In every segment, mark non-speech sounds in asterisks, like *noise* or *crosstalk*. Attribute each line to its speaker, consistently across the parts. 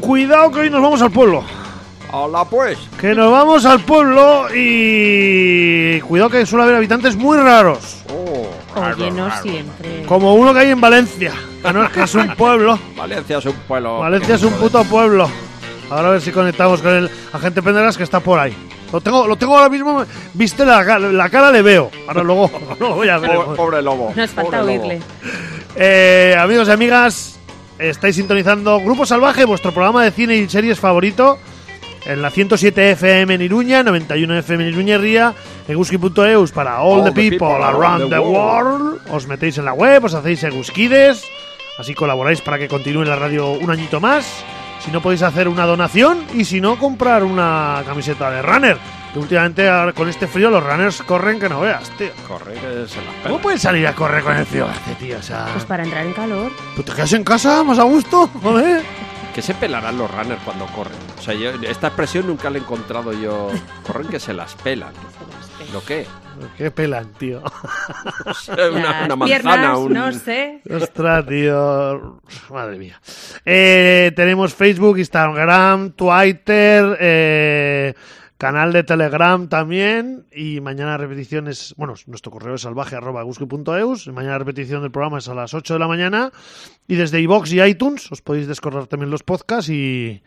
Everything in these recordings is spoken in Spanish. Speaker 1: cuidado que hoy nos vamos al pueblo.
Speaker 2: Hola pues.
Speaker 1: Que nos vamos al pueblo y cuidado que suele haber habitantes muy raros.
Speaker 2: Oh,
Speaker 3: Oye,
Speaker 2: raro,
Speaker 3: no
Speaker 2: raro.
Speaker 3: siempre.
Speaker 1: Como uno que hay en Valencia. Que no es que es un pueblo.
Speaker 2: Valencia es un pueblo.
Speaker 1: Valencia es un puto pueblo. Ahora a ver si conectamos con el agente Penderas que está por ahí. Lo tengo, lo tengo ahora mismo, viste la, ca- la cara le veo. Ahora luego, *laughs* luego voy a ver.
Speaker 2: Pobre, pobre lobo.
Speaker 3: Nos falta
Speaker 2: pobre lobo.
Speaker 3: oírle.
Speaker 1: Eh, amigos y amigas, estáis sintonizando Grupo Salvaje, vuestro programa de cine y series favorito, en la 107 FM en Iruña, 91 FM en Iruña y Ría, eguski.eus para all, the, people, around the, world. Os metéis en la web, os hacéis eguskides, así colaboráis para que continúe la radio un añito más. Si no podéis hacer una donación y si no, comprar una camiseta de runner. Que últimamente ahora con este frío los runners corren que no veas, tío.
Speaker 2: Corre que se la
Speaker 1: ¿Cómo
Speaker 2: pela.
Speaker 1: pueden salir a correr con el frío este, tío? O sea...
Speaker 3: Pues para entrar en calor.
Speaker 1: ¿Pero Pues te quedas en casa más a gusto? *laughs* Joder.
Speaker 2: Que se pelarán los runners cuando corren. O sea, yo, esta expresión nunca la he encontrado yo. Corren que se las pelan. ¿Lo qué?
Speaker 1: Qué pelan, *laughs* tío.
Speaker 2: Una, una
Speaker 3: Las
Speaker 2: manzana,
Speaker 3: piernas,
Speaker 2: un.
Speaker 3: No sé.
Speaker 1: Ostras, tío. Madre mía. Eh, tenemos Facebook, Instagram, Twitter, eh, canal de Telegram también. Y mañana repetición es. Bueno, nuestro correo es salvaje arroba guzki.eus. Y Mañana repetición del programa es a las 8 de la mañana. Y desde iBox y iTunes os podéis descargar también los podcasts y.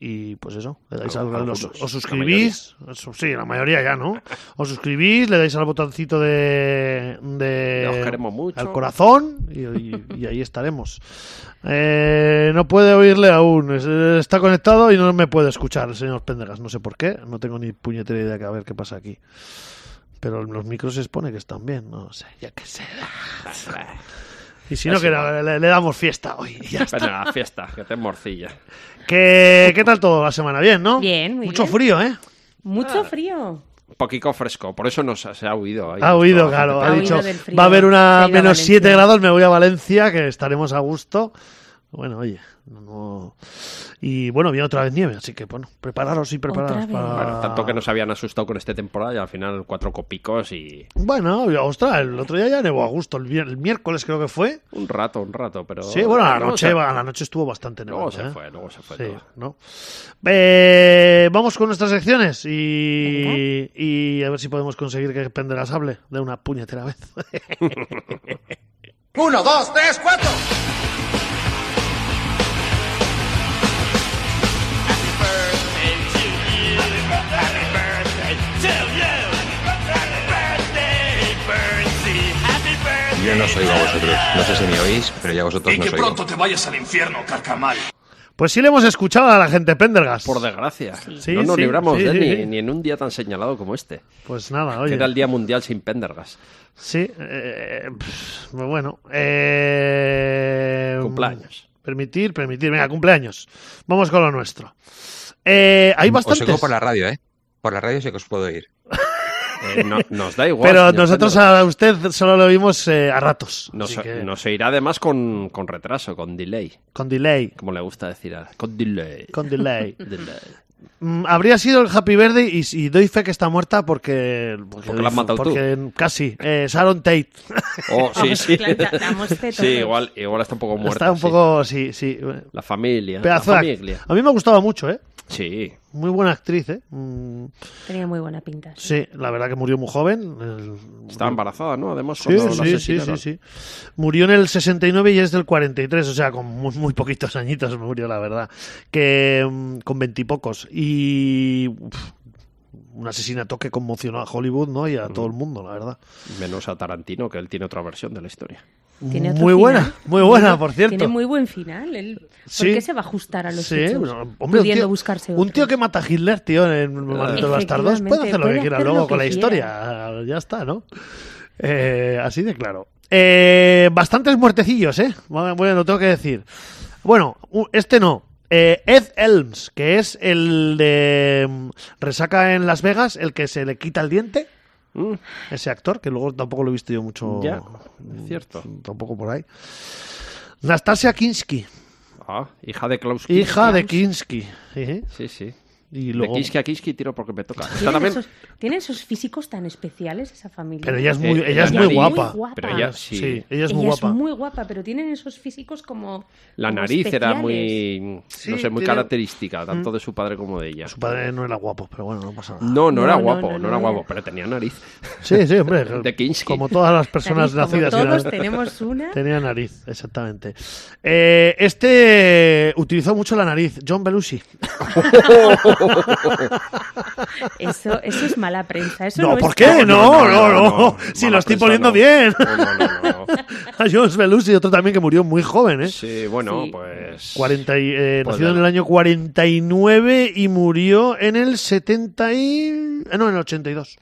Speaker 1: Y pues eso, le dais al-
Speaker 2: Algunos,
Speaker 1: os, os
Speaker 2: la
Speaker 1: suscribís, os- sí, la mayoría ya, ¿no? Os suscribís, le dais al botoncito de, de
Speaker 2: Os queremos mucho.
Speaker 1: al corazón y, y- y ahí estaremos. Eh, no puede oírle aún, es- está conectado y no me puede escuchar el señor Pendergas, no sé por qué, no tengo ni puñetera idea que a ver qué pasa aquí. Pero los micros se expone que están bien, no sé, ya que sé. Y si no,
Speaker 2: Es
Speaker 1: que
Speaker 2: igual.
Speaker 1: le, le- le damos fiesta hoy. y ya está.
Speaker 2: Ven a la fiesta, que te morcilla.
Speaker 1: ¿Qué, ¿Qué tal todo la semana? Bien, ¿no?
Speaker 3: Bien, muy
Speaker 1: Mucho
Speaker 3: bien.
Speaker 1: frío, ¿eh?
Speaker 3: Mucho frío.
Speaker 2: Un poquito fresco, por eso nos ha- se ha huido. ahí.
Speaker 1: Ha huido,
Speaker 2: Toda la
Speaker 1: claro.
Speaker 2: gente
Speaker 1: Ha
Speaker 3: Ha
Speaker 2: pela.
Speaker 1: dicho,
Speaker 3: huido del frío.
Speaker 1: va a haber
Speaker 3: Se
Speaker 1: una
Speaker 3: ha ido a
Speaker 1: menos
Speaker 3: Valencia.
Speaker 1: 7 grados, me voy a Valencia, que estaremos a gusto. Bueno, oye, no- no- Y bueno, viene otra vez nieve, así que bueno, prepararos y prepararos
Speaker 3: Otra vez.
Speaker 1: para...
Speaker 2: Bueno, tanto que nos habían asustado con este temporada y al final cuatro copicos y.
Speaker 1: Bueno, ostras, el otro día ya nevó a gusto, el, vier- el miércoles creo que fue.
Speaker 2: Un rato, un rato, pero.
Speaker 1: Sí, bueno, a la
Speaker 2: Oh, Luego
Speaker 1: noche,
Speaker 2: se-
Speaker 1: a la noche estuvo bastante nevado.
Speaker 2: Luego se fue, luego se fue.
Speaker 1: Sí,
Speaker 2: todo.
Speaker 1: ¿no? Eh, vamos con nuestras secciones y, y a ver si podemos conseguir que Penderas hable de una puñetera vez. *laughs*
Speaker 4: Uno, dos, tres, cuatro.
Speaker 5: Yo no os oigo a vosotros. No sé si me oís, pero ya vosotros
Speaker 6: Y
Speaker 5: no
Speaker 6: que
Speaker 5: os oigo.
Speaker 6: pronto te vayas al infierno, carcamal.
Speaker 1: Pues sí le hemos escuchado a la gente Pendergas.
Speaker 2: Por desgracia.
Speaker 1: Sí,
Speaker 2: no nos
Speaker 1: sí,
Speaker 2: libramos
Speaker 1: sí,
Speaker 2: de
Speaker 1: sí,
Speaker 2: ni,
Speaker 1: sí.
Speaker 2: ni en un día tan señalado como este.
Speaker 1: Pues nada,
Speaker 2: Que
Speaker 1: oye.
Speaker 2: era el Día Mundial sin Pendergas.
Speaker 1: Sí, eh, pff, bueno. eh,
Speaker 2: Cumpleaños.
Speaker 1: Permitir, permitir. Venga, cumpleaños. Vamos con lo nuestro. Eh, hay
Speaker 5: Os oigo
Speaker 1: bastantes.
Speaker 5: por la radio, ¿eh? Por la radio sé que os puedo oír. *laughs*
Speaker 2: Eh, no- nos da igual.
Speaker 1: Pero
Speaker 2: señor
Speaker 1: nosotros
Speaker 2: Pendergast.
Speaker 1: a usted solo lo vimos eh, a ratos.
Speaker 2: Nos,
Speaker 1: así que-
Speaker 2: nos irá además con, con retraso, con delay.
Speaker 1: Con delay.
Speaker 2: Como le gusta decir a- Con delay.
Speaker 1: Con delay.
Speaker 2: Delay.
Speaker 1: *laughs* Mm, Habría sido el Happy Verde y, y doy fe que está muerta porque. Porque,
Speaker 2: Porque la has matado tú.
Speaker 1: porque casi. Eh, Sharon Tate.
Speaker 2: Oh, sí,
Speaker 3: Vamos,
Speaker 2: sí.
Speaker 3: claro, da- damos
Speaker 2: *laughs*
Speaker 3: fe
Speaker 2: sí,
Speaker 3: todos.
Speaker 2: igual, igual está un poco muerta.
Speaker 1: está un
Speaker 2: sí.
Speaker 1: poco. Sí, sí.
Speaker 2: La familia.
Speaker 1: Pedazo
Speaker 2: la
Speaker 1: de-
Speaker 2: familia.
Speaker 1: A mí me gustaba mucho, ¿eh?
Speaker 2: Sí.
Speaker 1: Muy buena actriz, ¿eh? Mm,
Speaker 3: Tenía muy buena pinta.
Speaker 1: sí, la verdad que murió muy joven. el-
Speaker 2: Estaba embarazada, ¿no? Además,
Speaker 1: Sí,
Speaker 2: cuando
Speaker 1: sí,
Speaker 2: la
Speaker 1: sí, sí,
Speaker 2: asesinaron.
Speaker 1: sí. Murió en el 69 y es del 43, o sea, con muy, muy poquitos añitos murió, la verdad. Que mm, con veintipocos. Y, uf, un asesinato que conmocionó a Hollywood, ¿no? Y a todo el mundo, la verdad.
Speaker 2: Menos a Tarantino, que él tiene otra versión de la historia.
Speaker 3: Tiene otro
Speaker 1: muy
Speaker 3: final.
Speaker 1: buena, muy buena,
Speaker 3: Tiene-
Speaker 1: por cierto.
Speaker 3: Tiene muy buen final. él. ¿Por
Speaker 1: Sí.
Speaker 3: qué se va a ajustar a los
Speaker 1: Sí,
Speaker 3: hechos?
Speaker 1: bueno, hombre, un
Speaker 3: pudiendo
Speaker 1: tío,
Speaker 3: buscarse
Speaker 1: un
Speaker 3: otro? Eh,
Speaker 1: tío que mata a Hitler, tío, en Malditos Bastardos, puede hacer lo que
Speaker 3: puede
Speaker 1: quiera
Speaker 3: hacer
Speaker 1: luego
Speaker 3: lo que
Speaker 1: con la
Speaker 3: quiera.
Speaker 1: historia. Ya está, ¿no? Eh, así de claro. Eh, bastantes muertecillos, ¿eh? Bueno, lo tengo que decir. Bueno, u- este no. Eh, Ed Elms, que es el de mm, Resaca en Las Vegas, el que se le quita el diente.
Speaker 2: Mm,
Speaker 1: Ese actor, que luego tampoco lo he visto yo mucho. mm,
Speaker 2: Ya, es cierto.
Speaker 1: Tampoco por ahí. Nastasia Kinski,
Speaker 2: Ah, hija de Klaus
Speaker 1: hija de Kinski. Sí, sí.
Speaker 2: Sí, sí.
Speaker 1: Y
Speaker 2: De
Speaker 1: luego...
Speaker 2: Kiski a Kiski tiro porque me toca. Está
Speaker 3: ¿Tienen,
Speaker 2: también-
Speaker 3: esos, tienen esos físicos tan especiales esa familia.
Speaker 1: Pero ella es
Speaker 2: Eh,
Speaker 1: muy, ella es
Speaker 2: la
Speaker 1: muy
Speaker 2: nariz-
Speaker 1: guapa.
Speaker 3: Muy guapa.
Speaker 2: Pero ella sí.
Speaker 1: Sí, ella es muy
Speaker 3: Ella
Speaker 1: guapa.
Speaker 3: muy guapa, pero tienen esos físicos como.
Speaker 2: La
Speaker 3: como
Speaker 2: nariz era
Speaker 3: especiales. Mm.
Speaker 2: muy,
Speaker 1: Sí,
Speaker 2: no sé, muy
Speaker 1: tiene-
Speaker 2: característica, tanto de su padre como de ella.
Speaker 1: Su padre no era guapo, pero bueno, no pasa nada.
Speaker 2: No, no,
Speaker 3: No,
Speaker 2: era
Speaker 3: no,
Speaker 2: guapo, no,
Speaker 3: no, no
Speaker 2: era
Speaker 3: era.
Speaker 2: guapo, pero tenía nariz.
Speaker 1: *laughs* Sí, sí, hombre.
Speaker 2: De Kinski.
Speaker 1: Como todas las personas
Speaker 3: Nariz, *laughs* como
Speaker 1: nacidas. en
Speaker 3: Todos
Speaker 1: la-
Speaker 3: tenemos una.
Speaker 1: *laughs* Tenía nariz, exactamente. Eh, este utilizó mucho la nariz, John Belushi. *laughs*
Speaker 3: Eso, eso es mala prensa. Eso
Speaker 1: No,
Speaker 3: no, es-
Speaker 1: ¿por qué? Eh, No, no, no. Si
Speaker 2: Mala
Speaker 1: lo estoy
Speaker 2: prensa,
Speaker 1: poniendo
Speaker 2: no.
Speaker 1: bien.
Speaker 2: No, no, no, no.
Speaker 3: *laughs*
Speaker 1: A John Belushi, otro también que murió muy joven, ¿eh?
Speaker 2: Sí, bueno,
Speaker 3: Sí.
Speaker 2: pues.
Speaker 1: 40 y- eh,
Speaker 2: Pues
Speaker 1: nacido en el
Speaker 2: dale.
Speaker 1: año 49 y murió en el 70 y... eh, No, en el 82.
Speaker 2: Y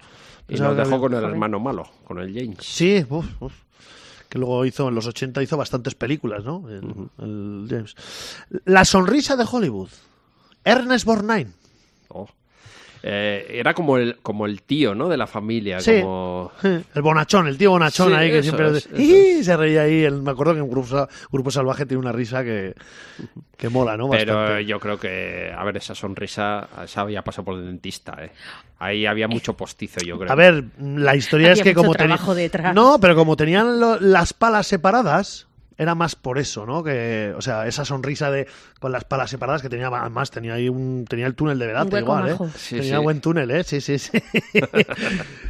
Speaker 1: Pensaba
Speaker 2: nos
Speaker 1: que
Speaker 2: dejó
Speaker 1: había-
Speaker 2: con el hermano malo, con el James.
Speaker 1: Sí, uf, uf. que luego hizo, en los 80 hizo bastantes películas, ¿no? El, el James. La sonrisa de Hollywood. Ernest Borgnine. *laughs*
Speaker 2: Oh. Eh, era como el, como el tío, ¿no? De la familia.
Speaker 1: Sí.
Speaker 2: Como...
Speaker 1: El bonachón, el tío bonachón
Speaker 2: Sí,
Speaker 1: ahí que
Speaker 2: eso
Speaker 1: siempre
Speaker 2: es, eso
Speaker 1: se reía ahí. El- me acuerdo que en Grupo, Grupo Salvaje tiene una risa que, que mola, ¿no?
Speaker 2: Pero
Speaker 1: Bastante.
Speaker 2: yo creo que, a ver, esa sonrisa, esa había pasado por el dentista, ¿eh? Ahí había mucho postizo, yo creo.
Speaker 1: A ver, la historia
Speaker 3: Había
Speaker 1: es que
Speaker 3: mucho
Speaker 1: como tenía...
Speaker 3: trabajo detrás.
Speaker 1: No, pero como tenían lo- las palas separadas, era más por eso, ¿no? Que, o sea, esa sonrisa de con las palas separadas que tenía además tenía ahí un tenía el túnel de
Speaker 3: Un
Speaker 1: verdad
Speaker 3: hueco
Speaker 1: igual, ¿eh?
Speaker 3: majo.
Speaker 2: Sí,
Speaker 1: tenía
Speaker 2: sí.
Speaker 1: buen túnel, ¿eh? Sí,
Speaker 2: *laughs*
Speaker 1: sí, sí.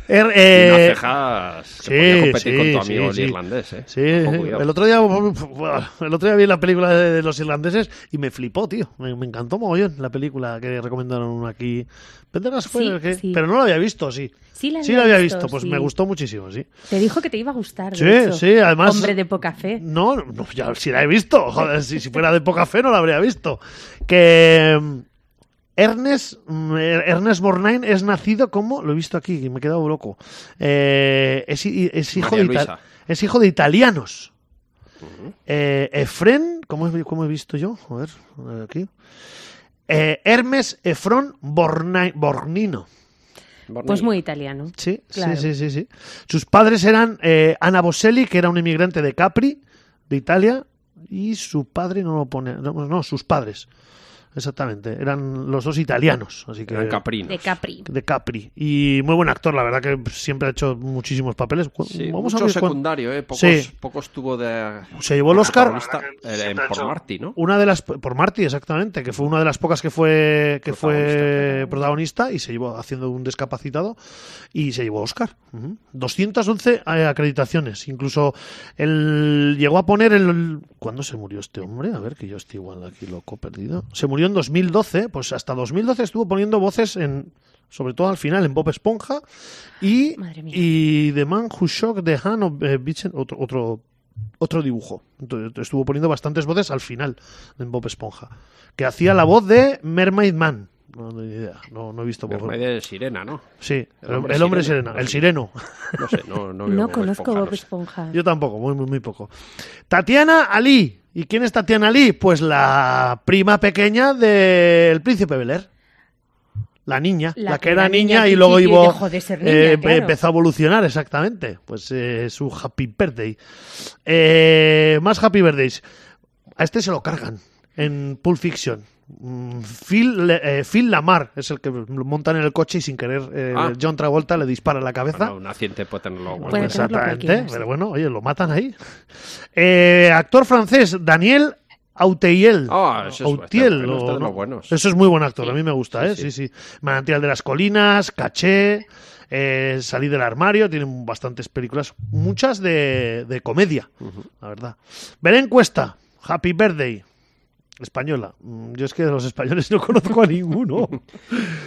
Speaker 1: Er-
Speaker 2: Y unas
Speaker 1: eh,
Speaker 2: cejas que
Speaker 1: sí,
Speaker 2: podía competir
Speaker 1: sí,
Speaker 2: con tu amigo
Speaker 1: sí,
Speaker 2: el
Speaker 1: sí.
Speaker 2: irlandés, ¿eh?
Speaker 1: Sí,
Speaker 2: Ojo,
Speaker 1: sí.
Speaker 2: cuidado.
Speaker 1: el otro día el otro día vi la película de, de los irlandeses y me flipó, tío. Me, me encantó mogollón la película que recomendaron aquí. Pendergast fue
Speaker 3: Sí,
Speaker 1: el que-
Speaker 3: sí.
Speaker 1: pero no la había visto, sí.
Speaker 3: Sí, la
Speaker 1: sí la había visto, pues
Speaker 3: sí.
Speaker 1: me gustó muchísimo, sí.
Speaker 3: Te dijo que te iba a gustar. de
Speaker 1: Sí,
Speaker 3: hecho.
Speaker 1: sí, además-
Speaker 3: Hombre de poca fe.
Speaker 1: No, no, ya si la he visto. Joder, si, si fuera de poca fe no la habría visto. Que mm, Ernest, mm, Er- Ernest Borgnine es nacido como, lo he visto aquí, que me he quedado loco. Eh, es, hi- es hijo
Speaker 2: María
Speaker 1: de ita-
Speaker 2: Luisa.
Speaker 1: es hijo de italianos. Eh, Efren, ¿cómo he, cómo he visto yo? A ver, a ver aquí. Eh, Hermes Efron Borgnai- Borgnino.
Speaker 3: Pues muy italiano.
Speaker 1: Sí,
Speaker 3: Claro.
Speaker 1: sí, sí, sí, sí. Sus padres eran eh, Ana Boselli, que era un inmigrante de Capri, de Italia, y su padre no lo pone. No, no, sus padres. Exactamente. Eran los dos italianos. Así que
Speaker 2: Eran caprinos.
Speaker 3: De Capri.
Speaker 1: de Capri. Y muy buen actor, la verdad que siempre ha hecho muchísimos papeles. Cu-
Speaker 2: Sí,
Speaker 1: Vamos a
Speaker 2: mucho
Speaker 1: ver cuán-
Speaker 2: secundario, ¿eh? Pocos,
Speaker 1: Sí.
Speaker 2: pocos tuvo de.
Speaker 1: Se llevó el
Speaker 2: de
Speaker 1: Oscar.
Speaker 2: protagonista, eh,
Speaker 6: Siempre ha
Speaker 2: por
Speaker 6: hecho-
Speaker 2: Marty, ¿no?
Speaker 1: Una de las por Marty, exactamente, que fue una de las pocas que fue que fue
Speaker 2: Protagonista.
Speaker 1: protagonista y se llevó haciendo un discapacitado y se llevó Oscar. Ujú. 211 a- acreditaciones, incluso él llegó a poner el ¿cuándo se murió este hombre? A ver que yo estoy igual aquí loco perdido. Se murió en 2012, pues hasta 2012 estuvo poniendo voces en sobre todo al final en Bob Esponja y
Speaker 3: Madre mía.
Speaker 1: y The Man Who Shocked the Hand of eh, Vincent- otro otro otro dibujo. Entonces, Estuvo poniendo bastantes voces al final de Bob Esponja. Que hacía la voz de Mermaid Man. No, no, ni idea. no, no he visto Bob
Speaker 2: Mermaid de Sirena, ¿no?
Speaker 1: Sí,
Speaker 2: El hombre
Speaker 1: el hombre
Speaker 2: sirena.
Speaker 1: sirena, el sireno.
Speaker 2: No sé, no, no,
Speaker 3: No,
Speaker 2: veo Bob
Speaker 3: conozco
Speaker 2: Esponja,
Speaker 3: Bob
Speaker 2: no sé.
Speaker 3: Esponja.
Speaker 1: Yo tampoco, muy, muy, muy poco. Tatiana Ali. ¿Y quién es Tatiana Ali? Pues la prima pequeña del príncipe Bel Air. La niña, la,
Speaker 3: La
Speaker 1: que
Speaker 3: que
Speaker 1: era
Speaker 3: era
Speaker 1: niña,
Speaker 3: niña
Speaker 1: y
Speaker 3: y
Speaker 1: luego
Speaker 3: que
Speaker 1: iba-
Speaker 3: dejó de ser niña,
Speaker 1: eh,
Speaker 3: claro.
Speaker 1: empezó a evolucionar, exactamente. Pues eh, su Happy Birthday. Eh, más Happy Birthdays. A este se lo cargan en Pulp Fiction. Mm, Phil, eh, Phil Lamar es el que lo montan en el coche y sin querer eh,
Speaker 2: Ah.
Speaker 1: John Travolta le dispara en la cabeza.
Speaker 2: Bueno, un accidente puede tenerlo. bueno,
Speaker 3: Puede
Speaker 2: pues,
Speaker 3: tener- tenerlo
Speaker 1: Exactamente,
Speaker 3: cualquiera, sí.
Speaker 1: pero bueno, oye, lo matan ahí. Eh, actor francés, Daniel Auteuil.
Speaker 2: Ah, ese es-
Speaker 1: Autiel,
Speaker 2: este- este
Speaker 1: o
Speaker 2: de
Speaker 1: no.
Speaker 2: los buenos.
Speaker 1: Eso es muy buen actor, a mí me gusta, ¿eh? Sí,
Speaker 2: Sí,
Speaker 1: sí. Manantial de las Colinas, Caché, eh, Salir del Armario, tienen bastantes películas, muchas de, de comedia, la verdad. Belén Cuesta, Happy Birthday. Española. Mm, Yo es que de los españoles *laughs* no conozco a ninguno.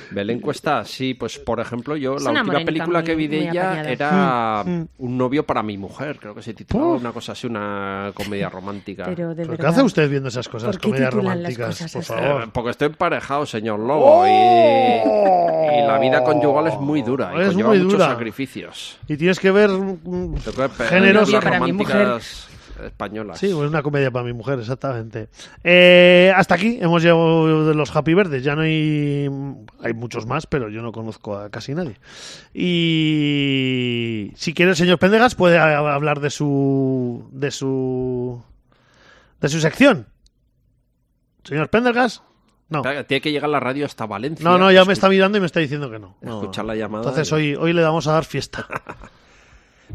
Speaker 2: Belén Cuesta, sí, pues por ejemplo, yo
Speaker 3: Es
Speaker 2: la
Speaker 3: una
Speaker 2: última
Speaker 3: morenita
Speaker 2: película
Speaker 3: muy-
Speaker 2: que vi de
Speaker 3: muy
Speaker 2: ella
Speaker 3: apañada.
Speaker 2: era
Speaker 1: Mm, mm.
Speaker 2: Un novio para mi mujer, creo que se titulaba
Speaker 1: Puf.
Speaker 2: una cosa así, una comedia romántica.
Speaker 3: Pero
Speaker 1: ¿Pero
Speaker 3: de
Speaker 1: Pues, ¿Qué
Speaker 3: verdad.
Speaker 1: hace usted viendo esas cosas,
Speaker 3: ¿Por qué
Speaker 1: comedias
Speaker 3: titulan las
Speaker 1: románticas?
Speaker 3: cosas
Speaker 1: por
Speaker 3: así?
Speaker 1: favor.
Speaker 2: Eh, Porque estoy emparejado, señor Lobo, y, y la vida conyugal es muy dura, y
Speaker 1: Oh. Es
Speaker 2: conlleva
Speaker 1: muy
Speaker 2: muchos
Speaker 1: dura.
Speaker 2: sacrificios.
Speaker 1: Y tienes que ver mm,
Speaker 2: Tengo que pe-
Speaker 1: géneros.
Speaker 2: películas
Speaker 3: Para mi mujer.
Speaker 2: románticas españolas.
Speaker 1: Sí, bueno, una comedia para mi mujer, exactamente. Eh, hasta aquí hemos llegado de los Happy Verdes. Ya no hay. Hay muchos más, pero yo no conozco a casi nadie. Y. Si quiere el señor Pendegas, puede ha- hablar de su. de su. de su sección. Señor Pendegas, No.
Speaker 2: Espera, Tiene que llegar la radio hasta Valencia.
Speaker 1: No, no, ya me
Speaker 2: Escu-
Speaker 1: está mirando y me está diciendo que no. No.
Speaker 2: Escuchar la llamada.
Speaker 1: Entonces hoy, hoy le vamos a dar fiesta.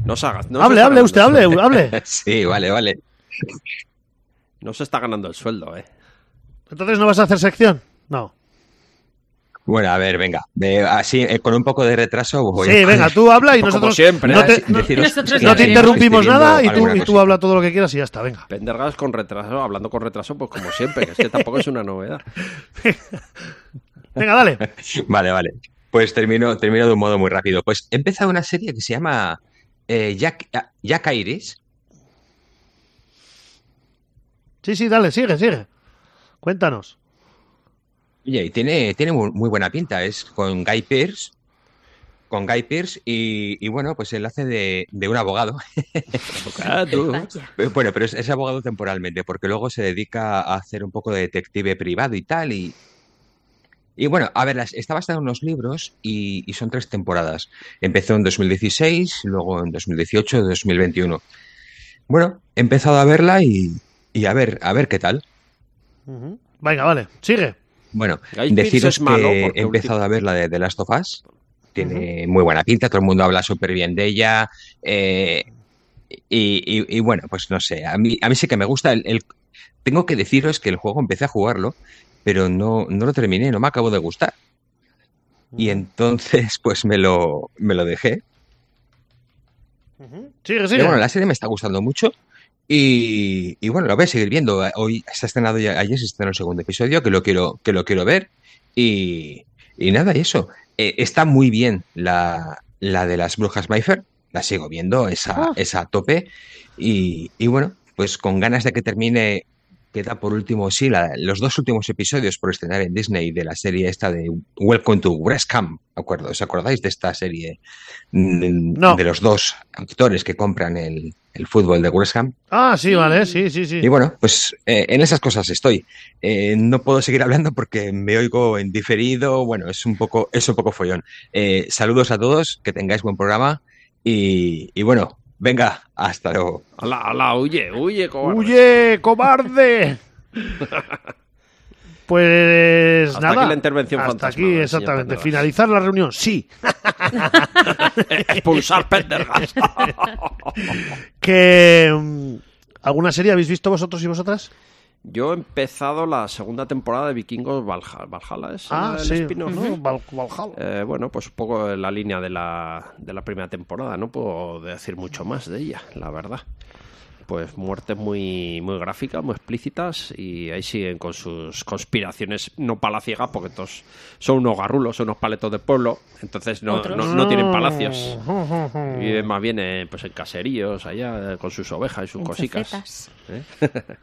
Speaker 2: No se hagas. *laughs* no
Speaker 1: hable,
Speaker 2: se está
Speaker 1: hable,
Speaker 2: ganando
Speaker 1: usted
Speaker 2: el
Speaker 1: hable,
Speaker 2: sueldo. ¿eh?
Speaker 1: hable.
Speaker 5: Sí, vale, vale.
Speaker 2: No se está ganando el sueldo, ¿eh?
Speaker 1: Entonces no vas a hacer sección. No.
Speaker 5: Bueno, a ver, venga. De- así, eh, con un poco de retraso voy.
Speaker 1: Sí, venga, tú habla y
Speaker 2: Como
Speaker 1: nosotros.
Speaker 2: siempre,
Speaker 1: no
Speaker 2: ¿eh?
Speaker 1: te,
Speaker 5: Deciros
Speaker 1: no-
Speaker 5: que
Speaker 1: no te
Speaker 5: estoy
Speaker 1: interrumpimos
Speaker 5: escribiendo
Speaker 1: nada y tú,
Speaker 5: alguna
Speaker 1: y tú
Speaker 5: cosa.
Speaker 1: habla todo lo que quieras y ya está, venga.
Speaker 2: Pendergas con retraso, hablando con retraso, pues como siempre, que es que tampoco es una novedad.
Speaker 1: Venga, dale.
Speaker 5: Vale, vale. Pues termino, termino de un modo muy rápido. Pues he empezado una serie que se llama eh, Jack, ah, Jack Iris.
Speaker 1: Sí, sí, dale, sigue, sigue. Cuéntanos.
Speaker 5: Oye, y tiene, tiene mu- muy buena pinta. Es con Guy Pearce. Con Guy Pearce y, y bueno, pues él hace de, de un abogado.
Speaker 2: Ah, tú.
Speaker 3: Vaya.
Speaker 5: Eh, Bueno, pero es, es abogado temporalmente, porque luego se dedica a hacer un poco de detective privado y tal. Y, y bueno, a ver, las- está basada en unos libros y, y son tres temporadas. Empezó en 2016, luego en 2018, 2021. Bueno, he empezado a verla y, y a ver, a ver qué tal.
Speaker 1: Ujú. Venga, vale, sigue.
Speaker 5: Bueno,
Speaker 2: Guy Pearce
Speaker 5: deciros
Speaker 2: es malo,
Speaker 5: que
Speaker 2: porque
Speaker 5: he empezado a ver la de The Last of Us. Tiene muy buena pinta, todo el mundo habla súper bien de ella. eh, y, y- y bueno, pues no sé, a mí, a mí sí que me gusta. El, el- tengo que deciros que el juego empecé a jugarlo, pero no, no lo terminé, no me acabó de gustar.
Speaker 2: Mm.
Speaker 5: Y entonces, *laughs* pues me lo, me lo dejé.
Speaker 1: Sigue, sigue.
Speaker 5: Pero bueno, la serie me está gustando mucho. Y, y bueno, la voy a seguir viendo. Hoy se ha estrenado ya, ayer se estrenó el segundo episodio, que lo quiero, que lo quiero ver. Y, y nada, y eso. Eh, está muy bien la, la de las brujas Mayfair. La sigo viendo, esa,
Speaker 3: Ah.
Speaker 5: esa a tope. Y, y bueno, pues con ganas de que termine. Queda por último, sí, la- los dos últimos episodios por estrenar en Disney de la serie esta de Welcome to Breast Camp. ¿de acuerdo? ¿Os acordáis de esta serie mm,
Speaker 1: No.
Speaker 5: de los dos actores que compran el, el fútbol de West Ham.
Speaker 1: Ah, sí, vale, sí, sí, sí.
Speaker 5: Y bueno, pues eh, en esas cosas estoy. Eh, no puedo seguir hablando porque me oigo en diferido. Bueno, es un poco, es un poco follón. Eh, saludos a todos, que tengáis buen programa y, y bueno, venga, hasta luego.
Speaker 2: Ala, ala, huye, huye, cobarde.
Speaker 1: ¡Huye,
Speaker 2: *laughs*
Speaker 1: cobarde! pues
Speaker 2: Hasta
Speaker 1: nada.
Speaker 2: aquí la intervención
Speaker 1: Hasta
Speaker 2: fantasma del
Speaker 1: aquí,
Speaker 2: señor
Speaker 1: exactamente.
Speaker 2: Pendergast.
Speaker 1: Finalizar la reunión, sí.
Speaker 2: Expulsar Pendergas.
Speaker 1: Que. mm, ¿Alguna serie habéis visto vosotros y vosotras?
Speaker 2: Yo he empezado la segunda temporada de Vikingos Valhalla. ¿Valhalla es
Speaker 1: Ah,
Speaker 2: el
Speaker 1: sí.
Speaker 2: spin-off, no?
Speaker 1: Ujú, Val- Valhalla.
Speaker 2: Eh, bueno, pues un poco en la línea de la, de la primera temporada. No puedo decir mucho más de ella, la verdad. Pues muertes muy, muy gráficas, muy explícitas y ahí siguen con sus conspiraciones no palaciegas porque todos son unos garrulos, son unos paletos de pueblo, entonces no,
Speaker 3: Otros. Mm.
Speaker 2: no- no tienen palacios.
Speaker 1: Mm, Ujú.
Speaker 2: Viven más bien en, pues en caseríos, allá eh, con sus ovejas y sus
Speaker 3: En
Speaker 2: cosicas.
Speaker 3: facetas.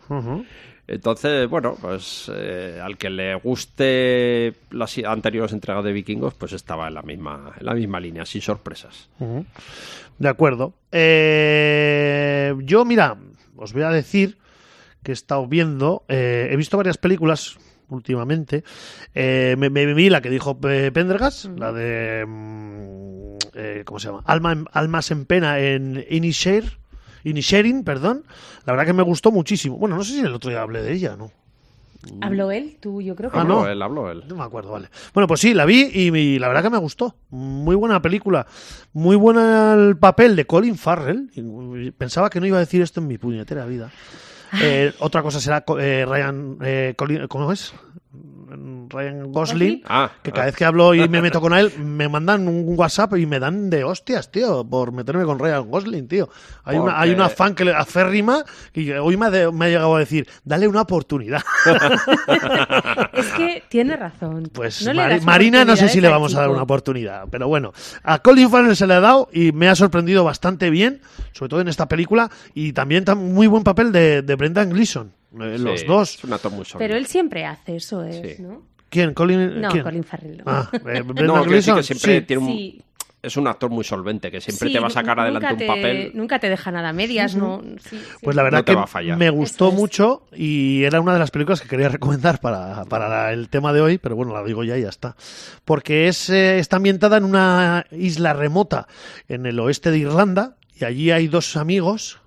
Speaker 1: Ujú.
Speaker 2: Entonces, bueno, pues eh, al que le guste las i- anteriores entregas de vikingos, pues estaba en la misma, en la misma línea, sin sorpresas.
Speaker 1: Ujú. De acuerdo. Eh, yo, mira, os voy a decir que he estado viendo, eh, he visto varias películas últimamente. Eh, me, me vi la que dijo eh, Pendergast, la de... mm, eh, ¿Cómo se llama? Alma en- Almas en pena en Inisher. Inisherin, perdón. La verdad que me gustó muchísimo. Bueno, no sé si el otro día hablé de ella, ¿no?
Speaker 2: Mm.
Speaker 3: ¿Habló él? Tú, yo creo que
Speaker 1: Ah,
Speaker 2: habló
Speaker 1: no.
Speaker 2: él, habló él.
Speaker 1: No me acuerdo, vale. Bueno, pues sí, la vi y, y la verdad que me gustó. Muy buena película. Muy buena el papel de Colin Farrell. Y Pensaba que no iba a decir esto en mi puñetera vida. Eh, otra cosa será co- eh, Ryan. eh, Colin- ¿Cómo es? Ryan Gosling.
Speaker 3: Gosling.
Speaker 2: Ah,
Speaker 1: Que
Speaker 2: ah,
Speaker 1: cada vez que hablo y me meto con él, me mandan un WhatsApp y me dan de hostias, tío, por meterme con Ryan Gosling, tío. Hay, una, hay
Speaker 2: Porque-
Speaker 1: una fan que le aférrima y hoy me ha, de- me ha llegado a decir, dale una oportunidad.
Speaker 3: Es que tiene razón.
Speaker 1: Pues
Speaker 3: No le
Speaker 1: Mari-
Speaker 3: das ¿eh,
Speaker 1: Marina no sé si le
Speaker 3: oportunidades al
Speaker 1: vamos a dar
Speaker 3: chico.
Speaker 1: una oportunidad, pero bueno, a Colin Farrell se le ha dado y me ha sorprendido bastante bien, sobre todo en esta película, y también tan muy buen papel de, de Brendan Gleeson, eh,
Speaker 2: sí,
Speaker 1: los dos.
Speaker 2: Es un actor muy sólido.
Speaker 3: Pero él siempre hace eso, es,
Speaker 2: Sí.
Speaker 3: ¿no?
Speaker 1: ¿Quién? Colin,
Speaker 3: No,
Speaker 1: ¿quién?
Speaker 3: Colin Farrell.
Speaker 1: Ah,
Speaker 3: *laughs*
Speaker 1: eh, Brendan
Speaker 2: No, quiero decir
Speaker 1: Gleeson.
Speaker 2: que siempre
Speaker 1: sí.
Speaker 2: tiene un-
Speaker 3: Sí.
Speaker 2: Es un actor muy solvente, que siempre
Speaker 3: Sí,
Speaker 2: te va a
Speaker 3: nu-
Speaker 2: sacar adelante
Speaker 3: nunca
Speaker 2: un
Speaker 3: te-
Speaker 2: papel.
Speaker 3: Nunca te deja nada a medias, ¿no? Sí, sí.
Speaker 1: Pues la
Speaker 2: No
Speaker 1: verdad
Speaker 2: te va a
Speaker 1: que
Speaker 2: fallar.
Speaker 1: me gustó
Speaker 3: Eso es.
Speaker 1: mucho y era una de las películas que quería *laughs* recomendar para, para la- el tema de hoy, pero bueno, la digo ya y ya está. Porque es, eh, está ambientada en una isla remota en el oeste de Irlanda y allí hay dos amigos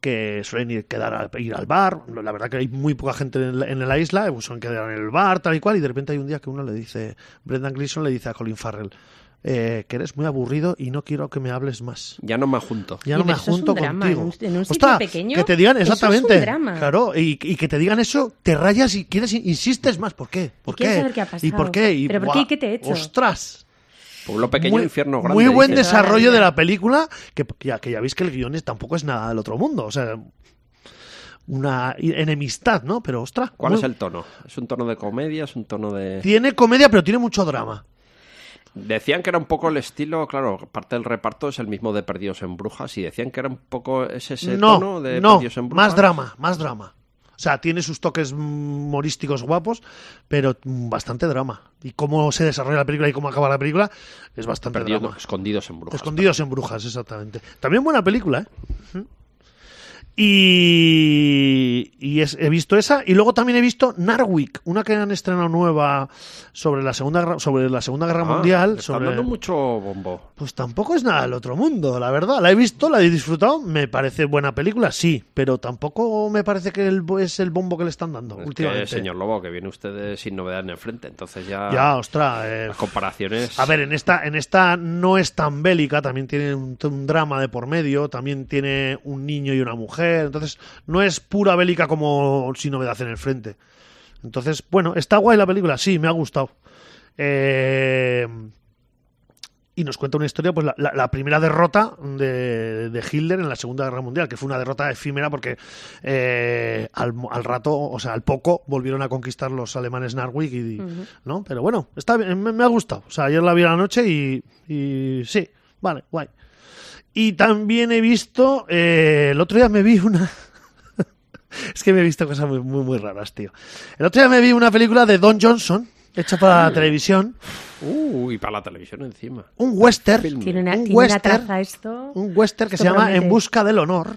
Speaker 1: que suelen ir, quedar a- ir al bar. La verdad que hay muy poca gente en la, en la isla, eh, suelen quedar en el bar, tal y cual, y de repente hay un día que uno le dice, Brendan Gleeson le dice a Colin Farrell, eh, que eres muy aburrido y no quiero que me hables más.
Speaker 2: Ya no me junto.
Speaker 1: Ya
Speaker 3: Y
Speaker 1: no me
Speaker 3: pero eso es un
Speaker 1: junto
Speaker 3: drama,
Speaker 1: contigo.
Speaker 3: en un- en un sitio
Speaker 1: Ostras,
Speaker 3: pequeño,
Speaker 1: que te digan
Speaker 3: eso es un
Speaker 1: exactamente.
Speaker 3: drama.
Speaker 1: Claro, y, y que te digan eso, te rayas y quieres insistes más. ¿Por qué? ¿Por
Speaker 3: quieres
Speaker 1: qué?
Speaker 3: saber qué ha
Speaker 1: ¿Y por
Speaker 3: pasado.
Speaker 1: qué? Y,
Speaker 3: Pero ¿por qué?
Speaker 1: buah,
Speaker 3: ¿Qué te he hecho?
Speaker 1: Ostras.
Speaker 2: Pueblo pequeño, infierno grande.
Speaker 1: muy buen
Speaker 2: dices.
Speaker 1: desarrollo de la película, que que ya, que ya veis que el guion es- tampoco es nada del otro mundo. O sea, una i- enemistad, ¿no? Pero ostras.
Speaker 2: ¿Cuál
Speaker 1: muy-
Speaker 2: es el tono? ¿Es un tono de comedia? ¿Es un tono de...?
Speaker 1: Tiene comedia, pero tiene mucho drama.
Speaker 2: Decían que era un poco el estilo, claro, parte del reparto es el mismo de Perdidos en Brujas y decían que era un poco es ese tono
Speaker 1: no,
Speaker 2: de
Speaker 1: no,
Speaker 2: Perdidos en Brujas.
Speaker 1: más drama, más drama. O sea, tiene sus toques mm, humorísticos guapos, pero mm, bastante drama. Y cómo se desarrolla la película y cómo acaba la película es bastante
Speaker 2: Perdidos-
Speaker 1: drama.
Speaker 2: escondidos en Brujas.
Speaker 1: Escondidos en brujas, exactamente. También buena película, ¿eh? Ujú. Y, y es- he visto esa y luego también he visto Narwick, una que han estrenado nueva sobre la segunda Guerra- sobre la Segunda Guerra
Speaker 2: Ah, le
Speaker 1: Mundial,
Speaker 2: Está
Speaker 1: sobre-
Speaker 2: dando mucho bombo.
Speaker 1: pues tampoco es nada del otro mundo, la verdad. La he visto, la he disfrutado, me parece buena película, sí, pero tampoco me parece que el- es el bombo que le están dando
Speaker 2: Es que,
Speaker 1: últimamente.
Speaker 2: señor Lobo, que viene usted de- sin novedad en el frente, entonces ya,
Speaker 1: Ya, ostras. eh,
Speaker 2: las comparaciones...
Speaker 1: A ver, en esta, en esta no es tan bélica, también tiene un, un drama de por medio, también tiene un niño y una mujer, entonces no es pura bélica como sin novedad en el frente. Entonces, bueno, está guay la película, sí, me ha gustado. Eh, y nos cuenta una historia, pues la, la- la primera derrota de, de Hitler en la Segunda Guerra Mundial, que fue una derrota efímera porque eh, al, mo- al rato, o sea, al poco, volvieron a conquistar los alemanes Narvik y,
Speaker 3: Ujú.
Speaker 1: ¿no? Pero bueno, está bien, me, me ha gustado. O sea, ayer la vi a la noche y, y sí, vale, guay. Y también he visto, eh, el otro día me vi una... *laughs* es que me he visto cosas muy, muy, muy raras, tío. El otro día me vi una película de Don Johnson, hecha para
Speaker 3: Ah.
Speaker 1: la televisión,
Speaker 2: Uy, para la televisión encima.
Speaker 1: un western,
Speaker 2: Film.
Speaker 3: Tiene una,
Speaker 1: Un
Speaker 3: tiene una
Speaker 1: western.
Speaker 3: traza esto.
Speaker 1: un western que
Speaker 3: Esto
Speaker 1: se llama
Speaker 3: promete.
Speaker 1: En busca del honor.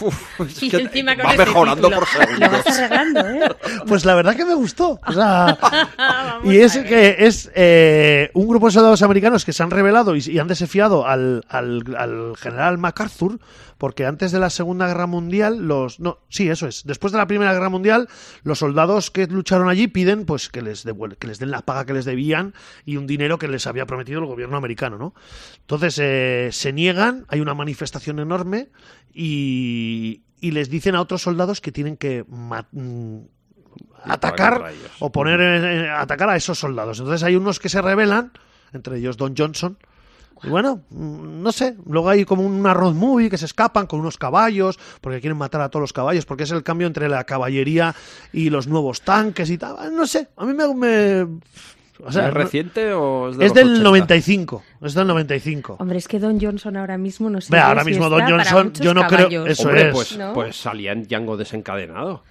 Speaker 2: Uf, es
Speaker 3: *laughs* Y
Speaker 2: que
Speaker 3: encima con
Speaker 2: va
Speaker 3: ese
Speaker 2: mejorando
Speaker 3: título.
Speaker 2: por
Speaker 3: Lo vas
Speaker 2: segundos.
Speaker 3: arreglando, ¿eh?
Speaker 1: *laughs* Pues la verdad que me gustó. O
Speaker 3: *laughs*
Speaker 1: sea,
Speaker 3: Vamos
Speaker 1: y es
Speaker 3: a ver.
Speaker 1: que es eh, un grupo de soldados americanos que se han rebelado y, y han desafiado al, al- al general MacArthur porque antes de la Segunda Guerra Mundial los no sí eso es después de la Primera Guerra Mundial los soldados que lucharon allí piden pues que les devuel- que les den la paga que les debían y un dinero que les había prometido el gobierno americano no entonces eh, se niegan hay una manifestación enorme y y les dicen a otros soldados que tienen que ma- mm, atacar
Speaker 2: contra ellos.
Speaker 1: o poner eh, atacar a esos soldados. Entonces hay unos que se rebelan, entre ellos Don Johnson. Y bueno, mm, no sé, luego hay como una road movie que se escapan con unos caballos, porque quieren matar a todos los caballos, porque es el cambio entre la caballería y los nuevos tanques y tal. No sé, a mí me... me- o sea,
Speaker 2: ¿Es
Speaker 1: no-
Speaker 2: reciente o es, de
Speaker 1: es
Speaker 2: los
Speaker 1: del
Speaker 2: 80?
Speaker 1: 95, es del 95.
Speaker 3: Hombre, es que Don Johnson ahora mismo no sé.
Speaker 1: Ve,
Speaker 3: yo
Speaker 1: ahora
Speaker 3: si
Speaker 1: mismo
Speaker 3: está
Speaker 1: Don
Speaker 3: para
Speaker 1: Johnson,
Speaker 3: muchos
Speaker 1: yo no creo-
Speaker 3: caballos.
Speaker 1: eso
Speaker 2: Hombre,
Speaker 1: es.
Speaker 2: pues,
Speaker 3: ¿No?
Speaker 2: pues salía en
Speaker 1: *laughs*
Speaker 2: Django desencadenado.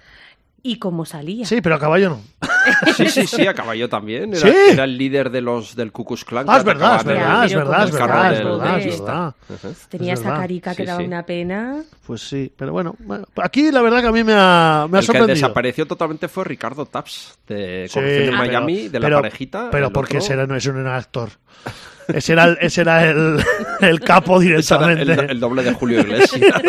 Speaker 3: Y como salía.
Speaker 1: Sí, pero a caballo no.
Speaker 2: Sí, sí, sí, a caballo también. Era,
Speaker 1: Sí.
Speaker 2: era el líder de los del Ku Klux Klan.
Speaker 1: Ah,
Speaker 2: que
Speaker 1: es verdad, es
Speaker 2: atacaban
Speaker 1: verdad,
Speaker 2: el-
Speaker 1: es verdad, es
Speaker 2: el
Speaker 1: verdad, es
Speaker 2: cartel
Speaker 1: verdad, es
Speaker 2: marxista.
Speaker 1: verdad.
Speaker 3: Tenía
Speaker 1: Es
Speaker 3: esa
Speaker 1: verdad.
Speaker 3: carica que
Speaker 2: Sí,
Speaker 3: daba
Speaker 2: sí.
Speaker 3: una pena.
Speaker 1: Pues sí, pero bueno, bueno, aquí la verdad que a mí me ha, me ha
Speaker 2: el que
Speaker 1: sorprendido.
Speaker 2: desapareció totalmente fue Ricardo Taps, de
Speaker 1: Sí,
Speaker 2: Corrupción en
Speaker 1: pero-
Speaker 2: Miami, de la
Speaker 1: pero-
Speaker 2: parejita.
Speaker 1: Pero
Speaker 2: el
Speaker 1: porque
Speaker 2: otro-
Speaker 1: ese era- no ese no era actor. Ese era el, ese era el, *laughs* el capo
Speaker 2: *laughs* ese era
Speaker 1: directamente.
Speaker 2: el, el doble de
Speaker 1: *laughs*
Speaker 2: Julio Iglesias.